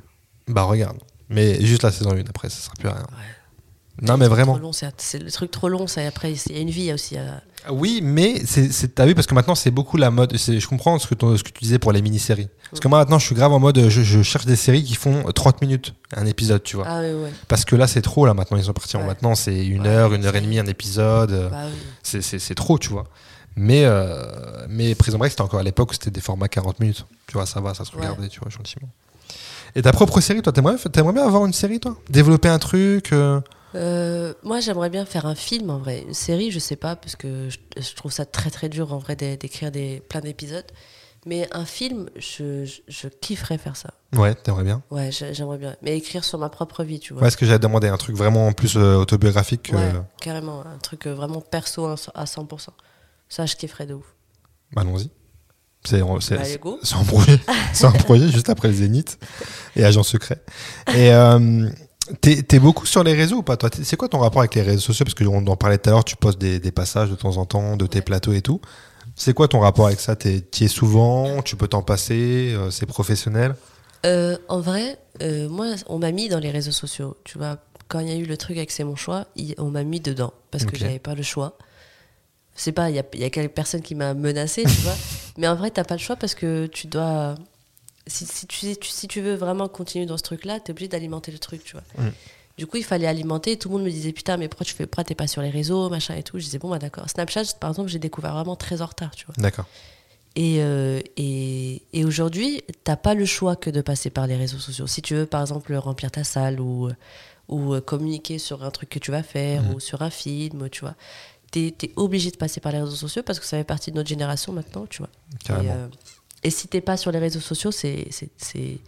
bah, regarde. Mais juste la saison 1, après, ça sera plus à rien. Non, mais vraiment. Trop long, c'est c'est le truc trop long, ça. Et après, il y a une vie aussi. à- Oui, mais c'est- c'est- t'as vu, parce que maintenant, c'est beaucoup la mode. c'est- Je comprends ce que, ton- ce que tu disais pour les mini-séries. Parce que moi, maintenant, je suis grave en mode. Je, je cherche des séries qui font 30 minutes, un épisode, tu vois. Ah oui, ouais. Parce que là, c'est trop, là, maintenant, ils sont partis. en Ouais. Maintenant, c'est une Ouais, heure, une heure et c'est- demie, un épisode. euh, Bah, oui. C'est- C'est c'est trop, tu vois. Mais, euh, mais Prison Break, c'était encore à l'époque où c'était des formats 40 minutes. Tu vois, ça va, ça se Ouais. regardait, tu vois, gentiment. Et ta propre série, toi, t'aimerais t'aimerais bien avoir une série, toi Développer un truc euh, Euh, moi, j'aimerais bien faire un film en vrai. Une série, je sais pas, parce que je, je trouve ça très très dur en vrai d'é- d'écrire des, plein d'épisodes. Mais un film, je, je, je kifferais faire ça. Ouais, t'aimerais bien. Ouais, j'a- j'aimerais bien. Mais écrire sur ma propre vie, tu vois. Ouais, ce que j'avais demandé, un truc vraiment plus euh, autobiographique que. Ouais, carrément. Un truc euh, vraiment perso à 100 à 100%. Ça, je kifferais de ouf. Bah, Allons-y. C'est c'est- Bah, allez, go. c'est un projet, c'est un projet juste après le Zénith et Agent Secret. Et euh, t'es t'es beaucoup sur les réseaux ou pas toi T'es- C'est quoi ton rapport avec les réseaux sociaux Parce que on en parlait tout à l'heure, tu postes des, des passages de temps en temps, de tes Ouais. plateaux et tout. C'est quoi ton rapport avec ça T'es- T'y es souvent Tu peux t'en passer euh, C'est professionnel Euh, en vrai, euh, moi, on m'a mis dans les réseaux sociaux. Tu vois, quand il y a eu le truc avec C'est mon choix, il- on m'a mis dedans parce Ok. que j'avais pas le choix. C'est pas, il y a, il y a quelques personnes qui m'a menacé, tu vois. Mais en vrai, t'as pas le choix parce que tu dois. Si, si tu, tu- si tu veux vraiment continuer dans ce truc-là, t'es obligé d'alimenter le truc, tu vois. Mm. Du coup, il fallait alimenter. Tout le monde me disait putain, mais pourquoi tu fais, pourquoi t'es pas sur les réseaux, machin et tout. Je disais bon, bah d'accord. Snapchat, par exemple, j'ai découvert vraiment très en retard, tu vois. D'accord. Et, euh, et, et aujourd'hui, t'as pas le choix que de passer par les réseaux sociaux. Si tu veux, par exemple, remplir ta salle ou, ou euh, communiquer sur un truc que tu vas faire ou sur un film, tu vois, t'es es obligé de passer par les réseaux sociaux parce que ça fait partie de notre génération maintenant, tu vois. Et, Carrément. euh, et si t'es pas sur les réseaux sociaux, c'est c'est- c'est-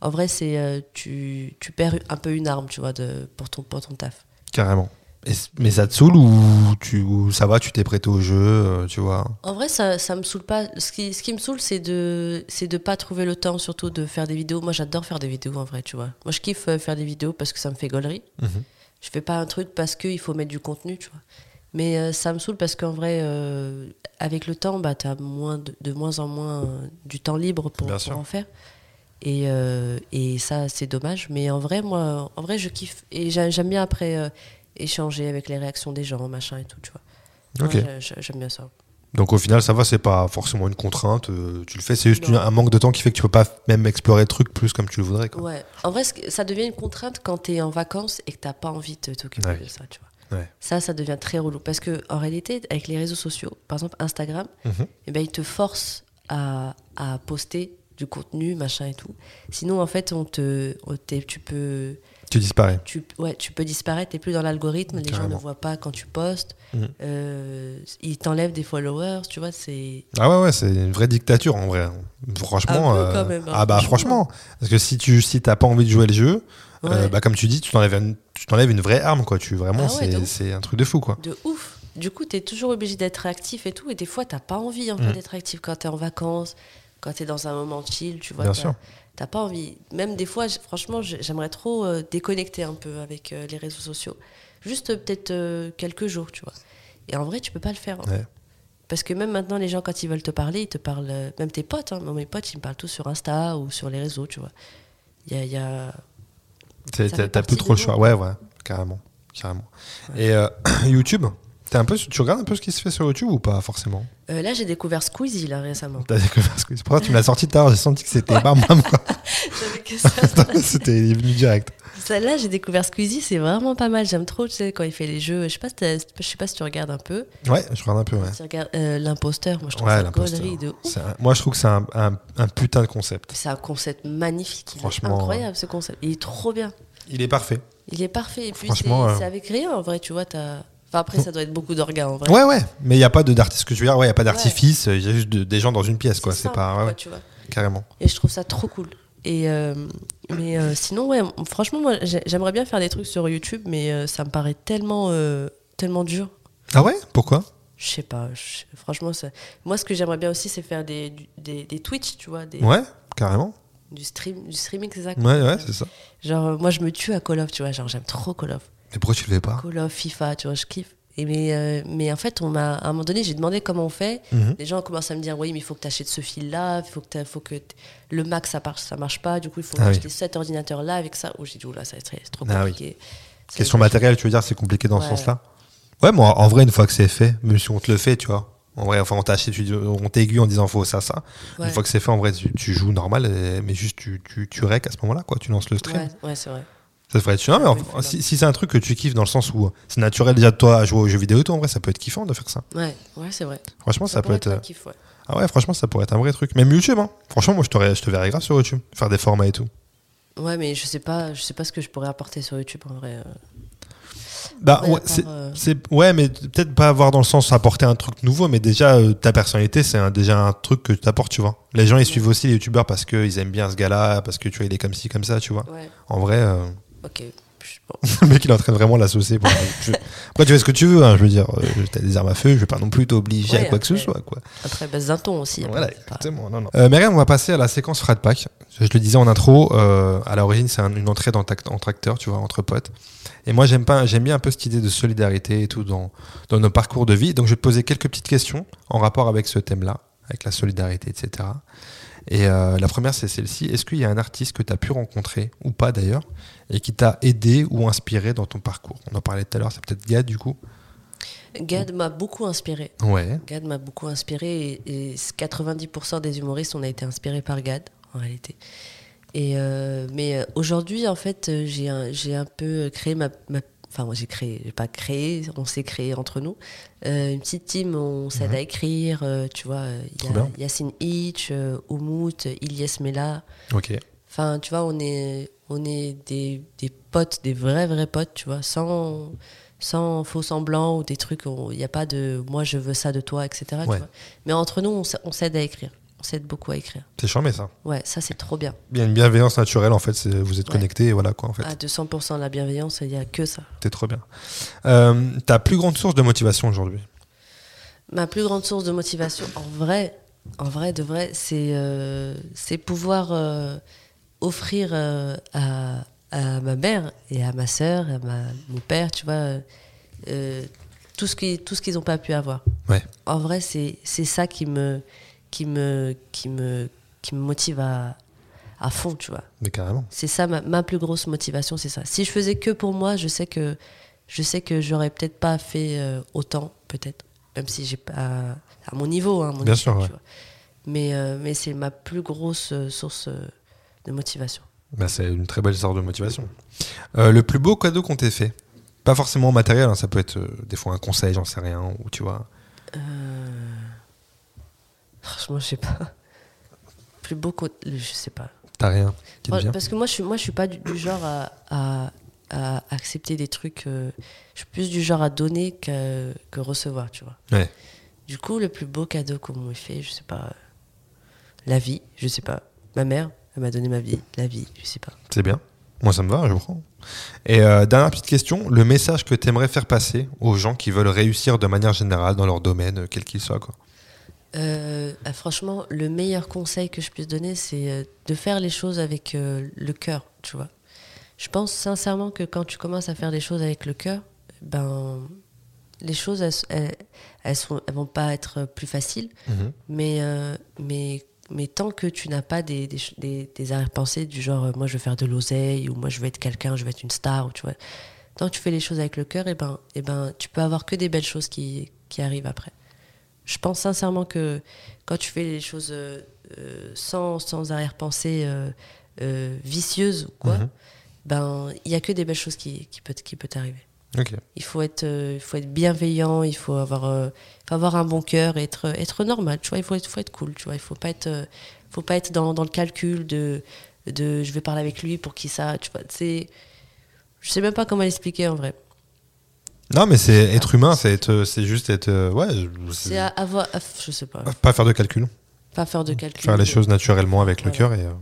en vrai, c'est euh, tu, tu perds un peu une arme, tu vois, de, pour, ton, pour ton taf. Carrément. Et c- mais ça te saoule ou, tu, ou ça va Tu t'es prêté au jeu euh, Tu vois En vrai, ça, ça me saoule pas. Ce qui, ce qui me saoule, c'est de, c'est de pas trouver le temps, surtout de faire des vidéos. Moi, j'adore faire des vidéos, en vrai, tu vois. Moi, je kiffe euh, faire des vidéos parce que ça me fait gaulerie. Mhm. Je fais pas un truc parce qu'il faut mettre du contenu, tu vois. Mais euh, ça me saoule parce qu'en vrai, euh, avec le temps, bah, t'as moins de, de moins en moins euh, du temps libre pour, Bien pour sûr. en faire. Et, euh, et ça, c'est dommage. Mais en vrai, moi, en vrai, je kiffe. Et j'a- j'aime bien après euh, échanger avec les réactions des gens, machin et tout, tu vois. Ok. Ouais, j'a- j'aime bien ça. Donc au final, ça va, c'est pas forcément une contrainte. euh, tu le fais, c'est juste Non. un manque de temps qui fait que tu peux pas même explorer le truc plus comme tu le voudrais. Quoi. Ouais. En vrai, ce que- ça devient une contrainte quand t'es en vacances et que t'as pas envie de t'occuper Ouais. de ça, tu vois. Ouais. Ça, ça devient très relou. Parce que en réalité, avec les réseaux sociaux, par exemple Instagram, Mhm. eh ben, ils te forcent à, à poster du contenu, machin et tout. Sinon, en fait, on te, on t'est- tu peux Tu disparais. tu, ouais, tu peux disparaître, t'es plus dans l'algorithme, les gens ne Carrément. voient pas quand tu postes, Mhm. Euh, ils t'enlèvent des followers, tu vois, c'est... Ah ouais, ouais, c'est une vraie dictature en vrai. Franchement. Un peu, euh, quand même, hein. Ah bah franchement. Parce que si tu si t'as pas envie de jouer le jeu, euh, Ouais. bah comme tu dis, tu t'enlèves une, tu t'enlèves une vraie arme quoi. Tu vraiment, Ah ouais, de c'est ouf. c'est un truc de fou quoi. De ouf. Du coup, tu es toujours obligé d'être actif et tout. Et des fois, t'as pas envie en fait, Mhm. d'être actif quand tu es en vacances, quand tu es dans un moment chill, tu vois. Bien t'as- sûr. T'as pas envie. Même des fois, j- franchement, j- j'aimerais trop euh, déconnecter un peu avec euh, les réseaux sociaux. Juste euh, peut-être euh, quelques jours, tu vois. Et en vrai, tu peux pas le faire. en Ouais. fait. Parce que même maintenant, les gens, quand ils veulent te parler, ils te parlent. euh, même tes potes, hein, moi, mes potes, ils me parlent tous sur Insta ou sur les réseaux, tu vois. Il y a. il Y a... T'as- Ça T'as t'as fait plus partie trop le des choix. Ouais, ouais, carrément, carrément. Et euh, YouTube. t'es un peu, tu regardes un peu ce qui se fait sur YouTube ou pas forcément Euh, là, j'ai découvert Squeezie, là, récemment. T'as- parce que C'est pour ça que tu me l'as sorti tout à l'heure, j'ai senti que c'était pas moi. moi. J'avais que ça. C'était il est venu direct. Celle-là, j'ai découvert Squeezie, c'est vraiment pas mal. J'aime trop, tu sais, quand il fait les jeux. Je sais pas si, t'as- je sais pas si tu regardes un peu. Ouais, je regarde un peu, ouais. Tu regardes euh, l'imposteur, moi je trouve Hein Ouais, ça une l'imposteur. connerie de ouf. C'est un- Moi, je trouve que c'est un, un- un putain de concept. C'est un concept magnifique. Il est Franchement, incroyable ce concept. Il est trop bien. Il est parfait. Il est parfait. Et puis c'est Franchement, euh, c'est avec rien en vrai, tu vois. t'as- Enfin, après, ça doit être beaucoup d'orgas en vrai. Ouais, ouais. Mais il n'y a pas de- d'artifice, ce que je veux dire. Ouais, il n'y a pas d'artifice. Il y a juste de- des gens dans une pièce, quoi. C'est simple, pas. ouais, quoi, ouais, tu vois. carrément. Et je trouve ça trop cool. Et euh, mais euh, sinon, ouais, franchement, moi j'ai- j'aimerais bien faire des trucs sur YouTube, mais euh, ça me paraît tellement, euh, tellement dur. Ah ouais Pourquoi Je sais pas, je- franchement, ça... moi ce que j'aimerais bien aussi, c'est faire des, du- des, des Twitch, tu vois, des, Ouais, carrément. du, stream, du streaming, c'est ça Ouais, ouais, c'est ça. Genre, euh, moi je me tue à Call of, tu vois, genre j'aime trop Call of. Mais pourquoi tu le fais pas Call of, FIFA, tu vois, je kiffe. Et mais, euh, mais en fait, on m'a, à un moment donné, j'ai demandé comment on fait. Mhm. Les gens ont commencé à me dire, oui, mais il faut que tu achètes ce fil-là, il faut que, t'as- faut que t- le Mac, ça marche, ça marche pas. Du coup, il faut Ah oui. acheter cet ordinateur-là avec ça. Oh, j'ai dit, oula, ça va être c'est trop Ah oui. compliqué. Ça Question va être- matérielle, tu veux dire, c'est compliqué dans ce Ouais. sens-là Ouais, mais en en vrai, une fois que c'est fait, même si on te le fait, tu vois. En vrai, enfin, on t'achète, tu dis- on t'aiguille en disant faut ça, ça. Une Ouais. fois que c'est fait, en vrai, tu, tu joues normal, et- mais juste tu, tu, tu rec à ce moment-là, quoi. Tu lances le stream. Ouais, ouais, c'est vrai. Ça devrait être chiant, mais en- Ouais, faut si, si c'est un truc que tu kiffes dans le sens où c'est naturel déjà de toi à jouer aux jeux vidéo, et tout, en vrai, ça peut être kiffant de faire ça. Ouais, ouais, c'est vrai. Franchement, ça, peut pourrait être. un kiff, ouais. Ah ouais, franchement, ça pourrait être un vrai truc. Même YouTube, hein. Franchement, moi, je, t'aurais- je te verrais grave sur YouTube, faire des formats et tout. Ouais, mais je sais pas, je sais pas ce que je pourrais apporter sur YouTube en vrai. euh. Bah Ouais, ouais, à part, c'est, euh, c'est- ouais, mais peut-être pas avoir dans le sens apporter un truc nouveau, mais déjà euh, ta personnalité, c'est un- déjà un truc que tu t'apportes, tu vois. Les gens ils suivent aussi les youtubeurs parce qu'ils aiment bien ce gars-là, parce que tu vois il est comme ci comme ça, tu vois. Ouais, En vrai, euh, ok. Je- bon. le mec il est en train de vraiment l'associer. Bon, je- Après tu fais ce que tu veux, hein, je veux dire, euh, t'as des armes à feu, je vais pas non plus t'obliger Ouais, à quoi que ce après, soit, quoi. Après, baisse d'un ton aussi. Voilà, après, c'est pas- exactement. Non, non. Euh, Myriam, on va passer à la séquence Frat Pack. Je le disais en intro, euh, à l'origine, c'est un- une entrée dans tac- entre acteurs, tu vois, entre potes. Et moi, j'aime pas, j'aime bien un peu cette idée de solidarité et tout dans, dans nos parcours de vie. Donc, je vais te poser quelques petites questions en rapport avec ce thème-là, avec la solidarité, etc. Et euh, la première, c'est celle-ci. Est-ce qu'il y a un artiste que tu as pu rencontrer, ou pas d'ailleurs, et qui t'a aidé ou inspiré dans ton parcours On en parlait tout à l'heure, c'est peut-être Gad, du coup. Gad m'a beaucoup inspiré. Ouais. Gad m'a beaucoup inspiré et, et 90% des humoristes, on a été inspirés par Gad en réalité. Et euh, mais euh, aujourd'hui, en fait, euh, j'ai un, j'ai un peu euh, créé ma. ma- Enfin, moi, j'ai créé, j'ai pas créé, on s'est créé entre nous. Euh, une petite team, on s'aide à écrire, euh, tu vois. euh, Il Mhm. Trop y a bien. Yacine Hitch, euh, Oumout, Ilyes Mela. Ok. Enfin, tu vois, on est, on est des, des potes, des vrais, vrais potes, tu vois, sans, sans faux semblants ou des trucs, où il n'y a pas de moi je veux ça de toi, etc. tu Ouais. vois. Mais entre nous, on s- on s'aide à écrire. On s'aide beaucoup à écrire. C'est charmé, ça. Ouais, ça c'est trop bien. Il y a une bienveillance naturelle, en fait. c'est- Vous êtes Ouais. connectés, et voilà, quoi, en fait. À 200% la bienveillance, il n'y a que ça. T'es trop bien. Euh, ta plus grande source de motivation aujourd'hui Ma plus grande source de motivation, en vrai, en vrai de vrai, c'est euh, c'est pouvoir euh, offrir euh, à, à ma mère et à ma sœur, à ma, mon père, tu vois, euh, euh, tout ce qui- tout ce qu'ils n'ont pas pu avoir. Ouais. En vrai, c'est c'est ça qui me, qui me, qui me, qui me motive à, à fond, tu vois. Mais carrément. C'est ça ma, ma plus grosse motivation, c'est ça. Si je faisais que pour moi, je sais que je sais que j'aurais peut-être pas fait euh, autant, peut-être, même si j'ai pas à, mon niveau, hein, mon Bien niveau, sûr, tu ouais. vois. Mais euh, mais c'est ma plus grosse euh, source euh, de motivation. Bah, c'est une très belle source de motivation. Euh, le plus beau cadeau qu'on t'ait fait Pas forcément matériel, hein, ça peut être euh, des fois un conseil, j'en sais rien, ou tu vois. Franchement, je sais pas. Plus beau que je sais pas. T'as rien qui te Franch- vient Parce que moi, je suis moi je suis pas du, du genre à, à- à accepter des trucs. euh, je suis plus du genre à donner que, que recevoir, tu vois. Ouais. Du coup, le plus beau cadeau qu'on m'ait fait, je sais pas. euh, La vie, je sais pas. Ma mère, elle m'a donné ma vie. La vie, je sais pas. C'est bien. Moi, ça me va, je prends. Et euh, dernière petite question le message que t'aimerais faire passer aux gens qui veulent réussir de manière générale dans leur domaine, euh, quel qu'il soit, quoi. Euh, ah, franchement, le meilleur conseil que je puisse donner, c'est euh, de faire les choses avec euh, le cœur, tu vois. Je pense sincèrement que quand tu commences à faire les choses avec le cœur, ben, les choses, elles, elles- elles sont, elles vont pas être plus faciles. Mhm. Mais, euh, mais, mais tant que tu n'as pas des, des, ch- des, des arrière-pensées du genre euh, moi je veux faire de l'oseille ou moi je veux être quelqu'un, je veux être une star, ou tu vois. Tant que tu fais les choses avec le cœur, et ben, et ben, tu peux avoir que des belles choses qui, qui arrivent après. Je pense sincèrement que quand tu fais les choses euh, euh, sans, sans arrière-pensée euh, euh, vicieuse ou quoi, Mhm. ben, il n'y a que des belles choses qui, qui peut qui peut t'arriver. Ok. Il faut être, euh, il faut être bienveillant, il faut avoir, euh, faut avoir un bon cœur, et être, être normal, tu vois. Il faut être, faut être cool, tu vois. Il faut pas être, euh, faut pas être dans, dans le calcul de, de, je vais parler avec lui pour qui ça, tu vois. C'est, je sais même pas comment l'expliquer en vrai. Non, mais c'est être humain, c'est être, c'est juste être, euh, ouais, je- C'est à- avoir, à- je sais pas, pas faire de calcul, pas faire de calcul. faire les de- choses naturellement avec le Voilà. cœur et euh,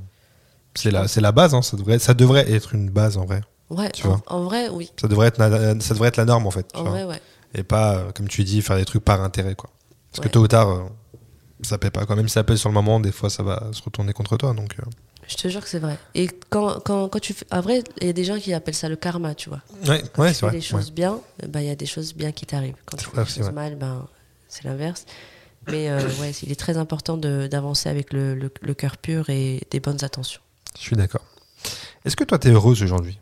c'est la, c'est la base, hein, ça devrait, ça devrait être une base en vrai. Ouais. tu en, vois. en vrai, oui. Ça devrait être, la- ça devrait être la norme en fait, tu En vois. vrai, ouais. et pas, euh, comme tu dis, faire des trucs par intérêt quoi. Parce Ouais. que tôt ou tard, euh, ça paie pas. Quand même si ça paie sur le moment, des fois ça va se retourner contre toi. Donc, euh, Je te jure que c'est vrai. Et quand, quand, quand tu fais, en vrai, il y a des gens qui appellent ça le karma, tu vois. ouais, Quand ouais, tu c'est fais vrai. les choses bien, eh ben, il y a des choses bien qui t'arrivent. Quand tu fais vrai, les c'est choses vrai. mal, ben, c'est l'inverse. Mais euh, ouais, il est très important de- d'avancer avec le, le- le cœur pur et des bonnes attentions. Ouais, je suis d'accord. Est-ce que toi t'es heureuse aujourd'hui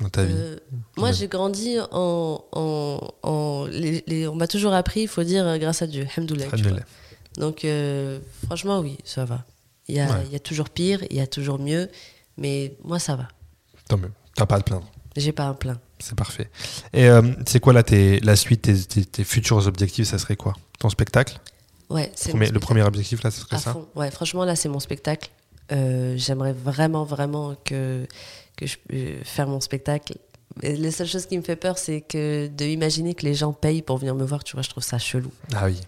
dans ta vie Euh, moi, j'ai grandi en. en, en- les- les- on m'a toujours appris, il faut dire, euh, grâce à Dieu. Alhamdoulilah. tu vois. Alhamdoulilah. Donc, euh, franchement, oui, ça va. Il y, a, Ouais. il y a toujours pire, il y a toujours mieux. Mais moi, ça va. Tant mieux. T'as pas à te plaindre. J'ai pas un plein. C'est parfait. Et euh, c'est quoi là tes, la suite, tes, tes- tes futurs objectifs Ça serait quoi Ton spectacle Ouais, c'est Premier- mon Le premier objectif là, ce serait À ça fond. Ouais, franchement, là, c'est mon spectacle. Euh, J'aimerais vraiment, vraiment que, que je euh, faire mon spectacle. Mais la seule chose qui me fait peur, c'est que de imaginer que les gens payent pour venir me voir, tu vois, je trouve ça chelou. Ah oui,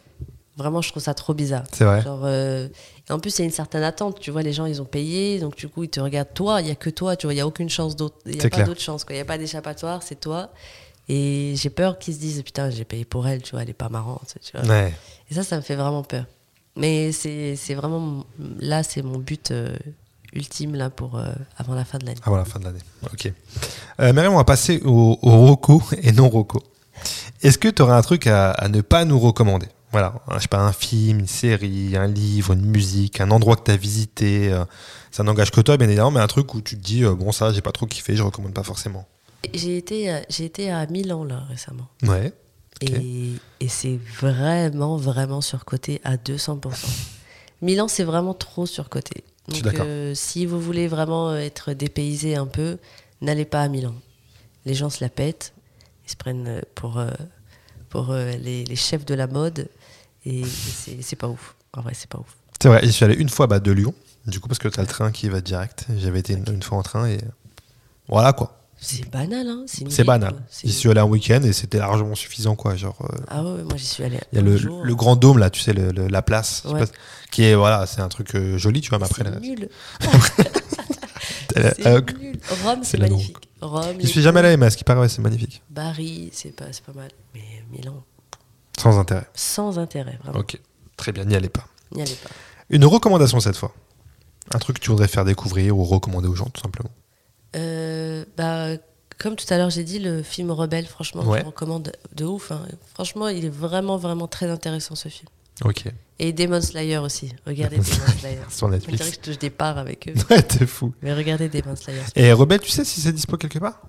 Vraiment, je trouve ça trop bizarre. c'est vrai. Genre, euh, et en plus, il y a une certaine attente, tu vois, les gens, ils ont payé, donc du coup, ils te regardent toi, il n'y a que toi, tu vois, il n'y a aucune chance d'autre. Il n'y C'est a pas clair. d'autre chance, quoi. Il n'y a pas d'échappatoire, c'est toi. Et j'ai peur qu'ils se disent, putain, j'ai payé pour elle, tu vois, elle n'est pas marrante, tu vois. Ouais. Et ça, ça me fait vraiment peur. Mais c'est c'est vraiment. mon- Là, c'est mon but euh, ultime là, pour, euh, avant la fin de l'année. Ah voilà, fin de l'année. Ok. Euh, Myriam, on va passer au, au Rocco et non Rocco. Est-ce que tu aurais un truc à, à ne pas nous recommander Voilà, je sais pas, un film, une série, un livre, une musique, un endroit que tu as visité. euh, ça n'engage que toi, bien évidemment, mais un truc où tu te dis, euh, bon, ça, j'ai pas trop kiffé, je recommande pas forcément. J'ai été, euh, j'ai été à Milan là récemment. Ouais. Ok. Et, et c'est vraiment, vraiment surcoté à 200%. Milan, c'est vraiment trop surcoté. Je suis Donc, d'accord. euh, si vous voulez vraiment euh, être dépaysé un peu, n'allez pas à Milan. Les gens se la pètent. Ils se prennent euh, pour, euh, pour euh, les, les chefs de la mode. Et, et c'est c'est pas ouf. En vrai, c'est pas ouf. C'est vrai, j'y suis allé une fois bah, de Lyon, du coup, parce que tu as le train qui va direct. J'avais été une, une fois en train et. Voilà quoi, C'est banal, hein une c'est ville, banal. quoi. C'est- J'y suis allé un week-end et c'était largement suffisant quoi. Genre, euh, Ah ouais, ouais, moi j'y suis allée. Il y a un le, jour. le grand dôme là, tu sais, le- le- la place, je sais Ouais. pas, qui est voilà, c'est un truc euh, joli, tu vois. Mais après, C'est la- nul. elle- C'est elle- nul. Rome, C'est c'est la magnifique. Rome, je les suis jamais allé, mais à ce qui paraît, ouais, c'est magnifique, Bari, c'est pas, c'est pas mal. Mais Milan, sans intérêt. sans intérêt, vraiment. Ok, très bien, n'y allez pas. N'y allez pas. Une recommandation cette fois, un truc que tu voudrais faire découvrir ou recommander aux gens, tout simplement. Euh, bah, comme tout à l'heure, j'ai dit, le film Rebelle, franchement, Ouais. je recommande de ouf. hein. Franchement, il est vraiment, vraiment très intéressant ce film. Ok, Et Demon Slayer aussi. Regardez Demon Slayer. sur On dirait que Netflix. je touche des parts avec eux. Ouais, t'es fou. Mais regardez Demon Slayer. Et Rebelle, tu sais si c'est dispo quelque part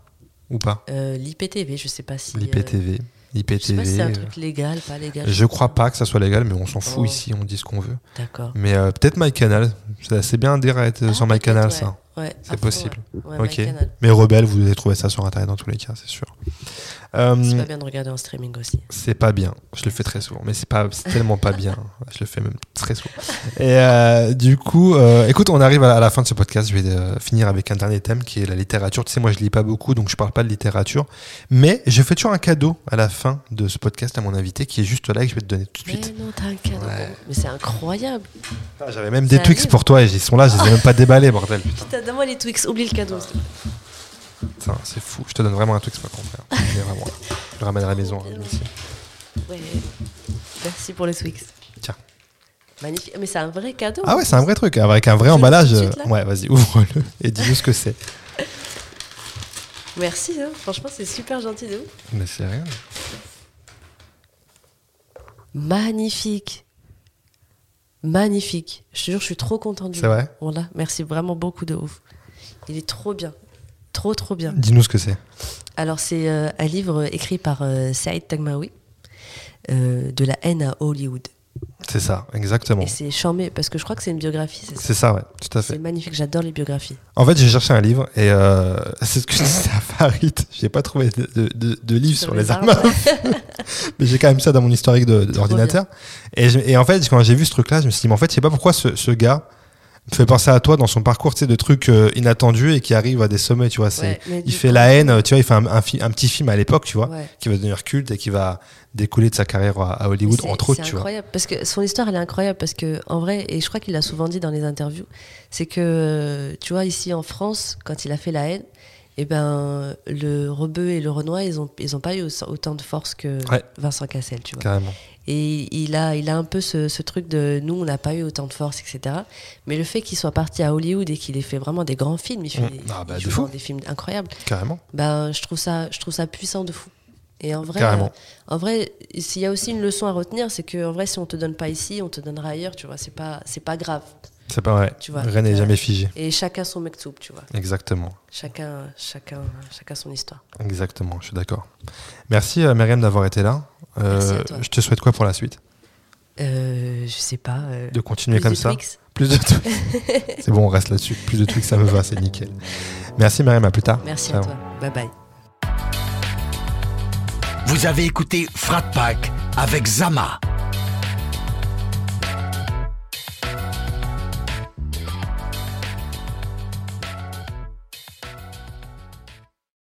ou pas Euh, L'IPTV, je sais pas si. euh, L'IPTV, je sais pas si IPTV. c'est un euh, truc légal, pas légal. Je crois pas que ça soit légal, mais on s'en fout Oh. ici, on dit ce qu'on veut. D'accord. Mais euh, peut-être MyCanal, c'est assez bien d'être euh, Ah, sur peut-être, MyCanal, ouais. ça. Ouais, C'est à fond, possible. ouais. Ouais, Ok. MyCanal. Mais Rebelle, vous allez trouver ça sur Internet dans tous les cas, c'est sûr. Euh, C'est pas bien de regarder en streaming aussi. c'est pas bien. Je le fais très souvent, mais c'est pas, c'est tellement pas bien. Je le fais même très souvent. Et euh, du coup, euh, écoute, on arrive à la, à la fin de ce podcast. Je vais euh, finir avec un dernier thème qui est la littérature. Tu sais, moi, je lis pas beaucoup, donc je parle pas de littérature. Mais je fais toujours un cadeau à la fin de ce podcast à mon invité, qui est juste là et que je vais te donner tout de Mais suite. non, t'as un cadeau. Ouais. Mais c'est incroyable. Putain, J'avais même des Ça Twix arrive. pour toi et ils sont là. Je les ai même pas déballés, bordel. Putain. Putain, donne-moi les Twix, oublie le cadeau. s'il te plaît. Putain, c'est fou. Je te donne vraiment un Twix, pas contraire. Il est vraiment là. Je le ramène à la maison. hein, lui aussi. Ouais. Merci pour les Twix. Tiens. Magnifique. Mais c'est un vrai cadeau. Ah ouais, c'est un vrai truc, avec un vrai Je le emballage. euh, dis tout de suite, là ouais, vas-y, ouvre-le et dis-nous ce que c'est. Merci, hein. franchement, c'est super gentil de vous. Mais c'est rien. Magnifique. Magnifique. Je te jure, je suis trop contente du C'est vrai Voilà, merci vraiment beaucoup de ouf. Il est trop bien. Trop, trop bien. Dis-nous ce que c'est. Alors, c'est euh, un livre écrit par euh, Saïd Tagmaoui, euh, De la haine à Hollywood. C'est ça, exactement. Et c'est charmé, parce que je crois que c'est une biographie, c'est ça C'est ça, ouais, tout à fait. C'est magnifique, j'adore les biographies. En fait, j'ai cherché un livre et euh, c'est ce que je disais à Farid. J'ai pas trouvé de, de- de- de livre sur, les armes, arbres. mais j'ai quand même ça dans mon historique de- d'ordinateur. Et, je- et en fait, quand j'ai vu ce truc-là, je me suis dit, mais en fait, je sais pas pourquoi ce, ce gars me fait penser à toi dans son parcours, tu sais, de trucs euh, inattendus et qui arrive à des sommets, tu vois. c'est Ouais, mais Il du fait coup- la haine, euh, tu vois, il fait un, un fi- un petit film à l'époque, tu vois, Ouais. qui va devenir culte et qui va découler de sa carrière à, à Hollywood, C'est- entre autres, c'est tu vois. incroyable parce que son histoire elle est incroyable parce que en vrai et je crois qu'il l'a souvent dit dans les interviews, c'est que euh, tu vois ici en France quand il a fait la haine, et ben le Rebeu et le Renoir ils ont ils ont pas eu au- autant de force que Ouais. Vincent Cassel, tu vois. Carrément. Et il a, il a un peu ce, ce truc de nous, on n'a pas eu autant de force, etc. Mais le fait qu'il soit parti à Hollywood et qu'il ait fait vraiment des grands films, il fait Mm. des, Ah bah, il de joue fou. dans des films incroyables, Carrément. ben, je, trouve ça, je trouve ça puissant de fou. Et en vrai, Carrément. euh, en vrai, s'il y a aussi une leçon à retenir, c'est que en vrai, si on te donne pas ici, on te donnera ailleurs, tu vois, c'est pas, c'est pas grave. C'est pas vrai. Tu vois, Rien n'est euh, jamais figé. Et chacun son mektoub, tu vois. Exactement. Chacun, chacun, chacun son histoire. Exactement, je suis d'accord. Merci euh, Myriam d'avoir été là. Euh, Merci à toi. je te souhaite quoi pour la suite Euh, je sais pas. euh, De continuer plus comme de ça Twix. Plus de trucs. c'est bon, on reste là-dessus. Plus de trucs, ça me va, c'est nickel. Merci Myriam, à plus tard. Merci à Ciao. toi. Bye bye. Vous avez écouté Frat Pack avec Zama,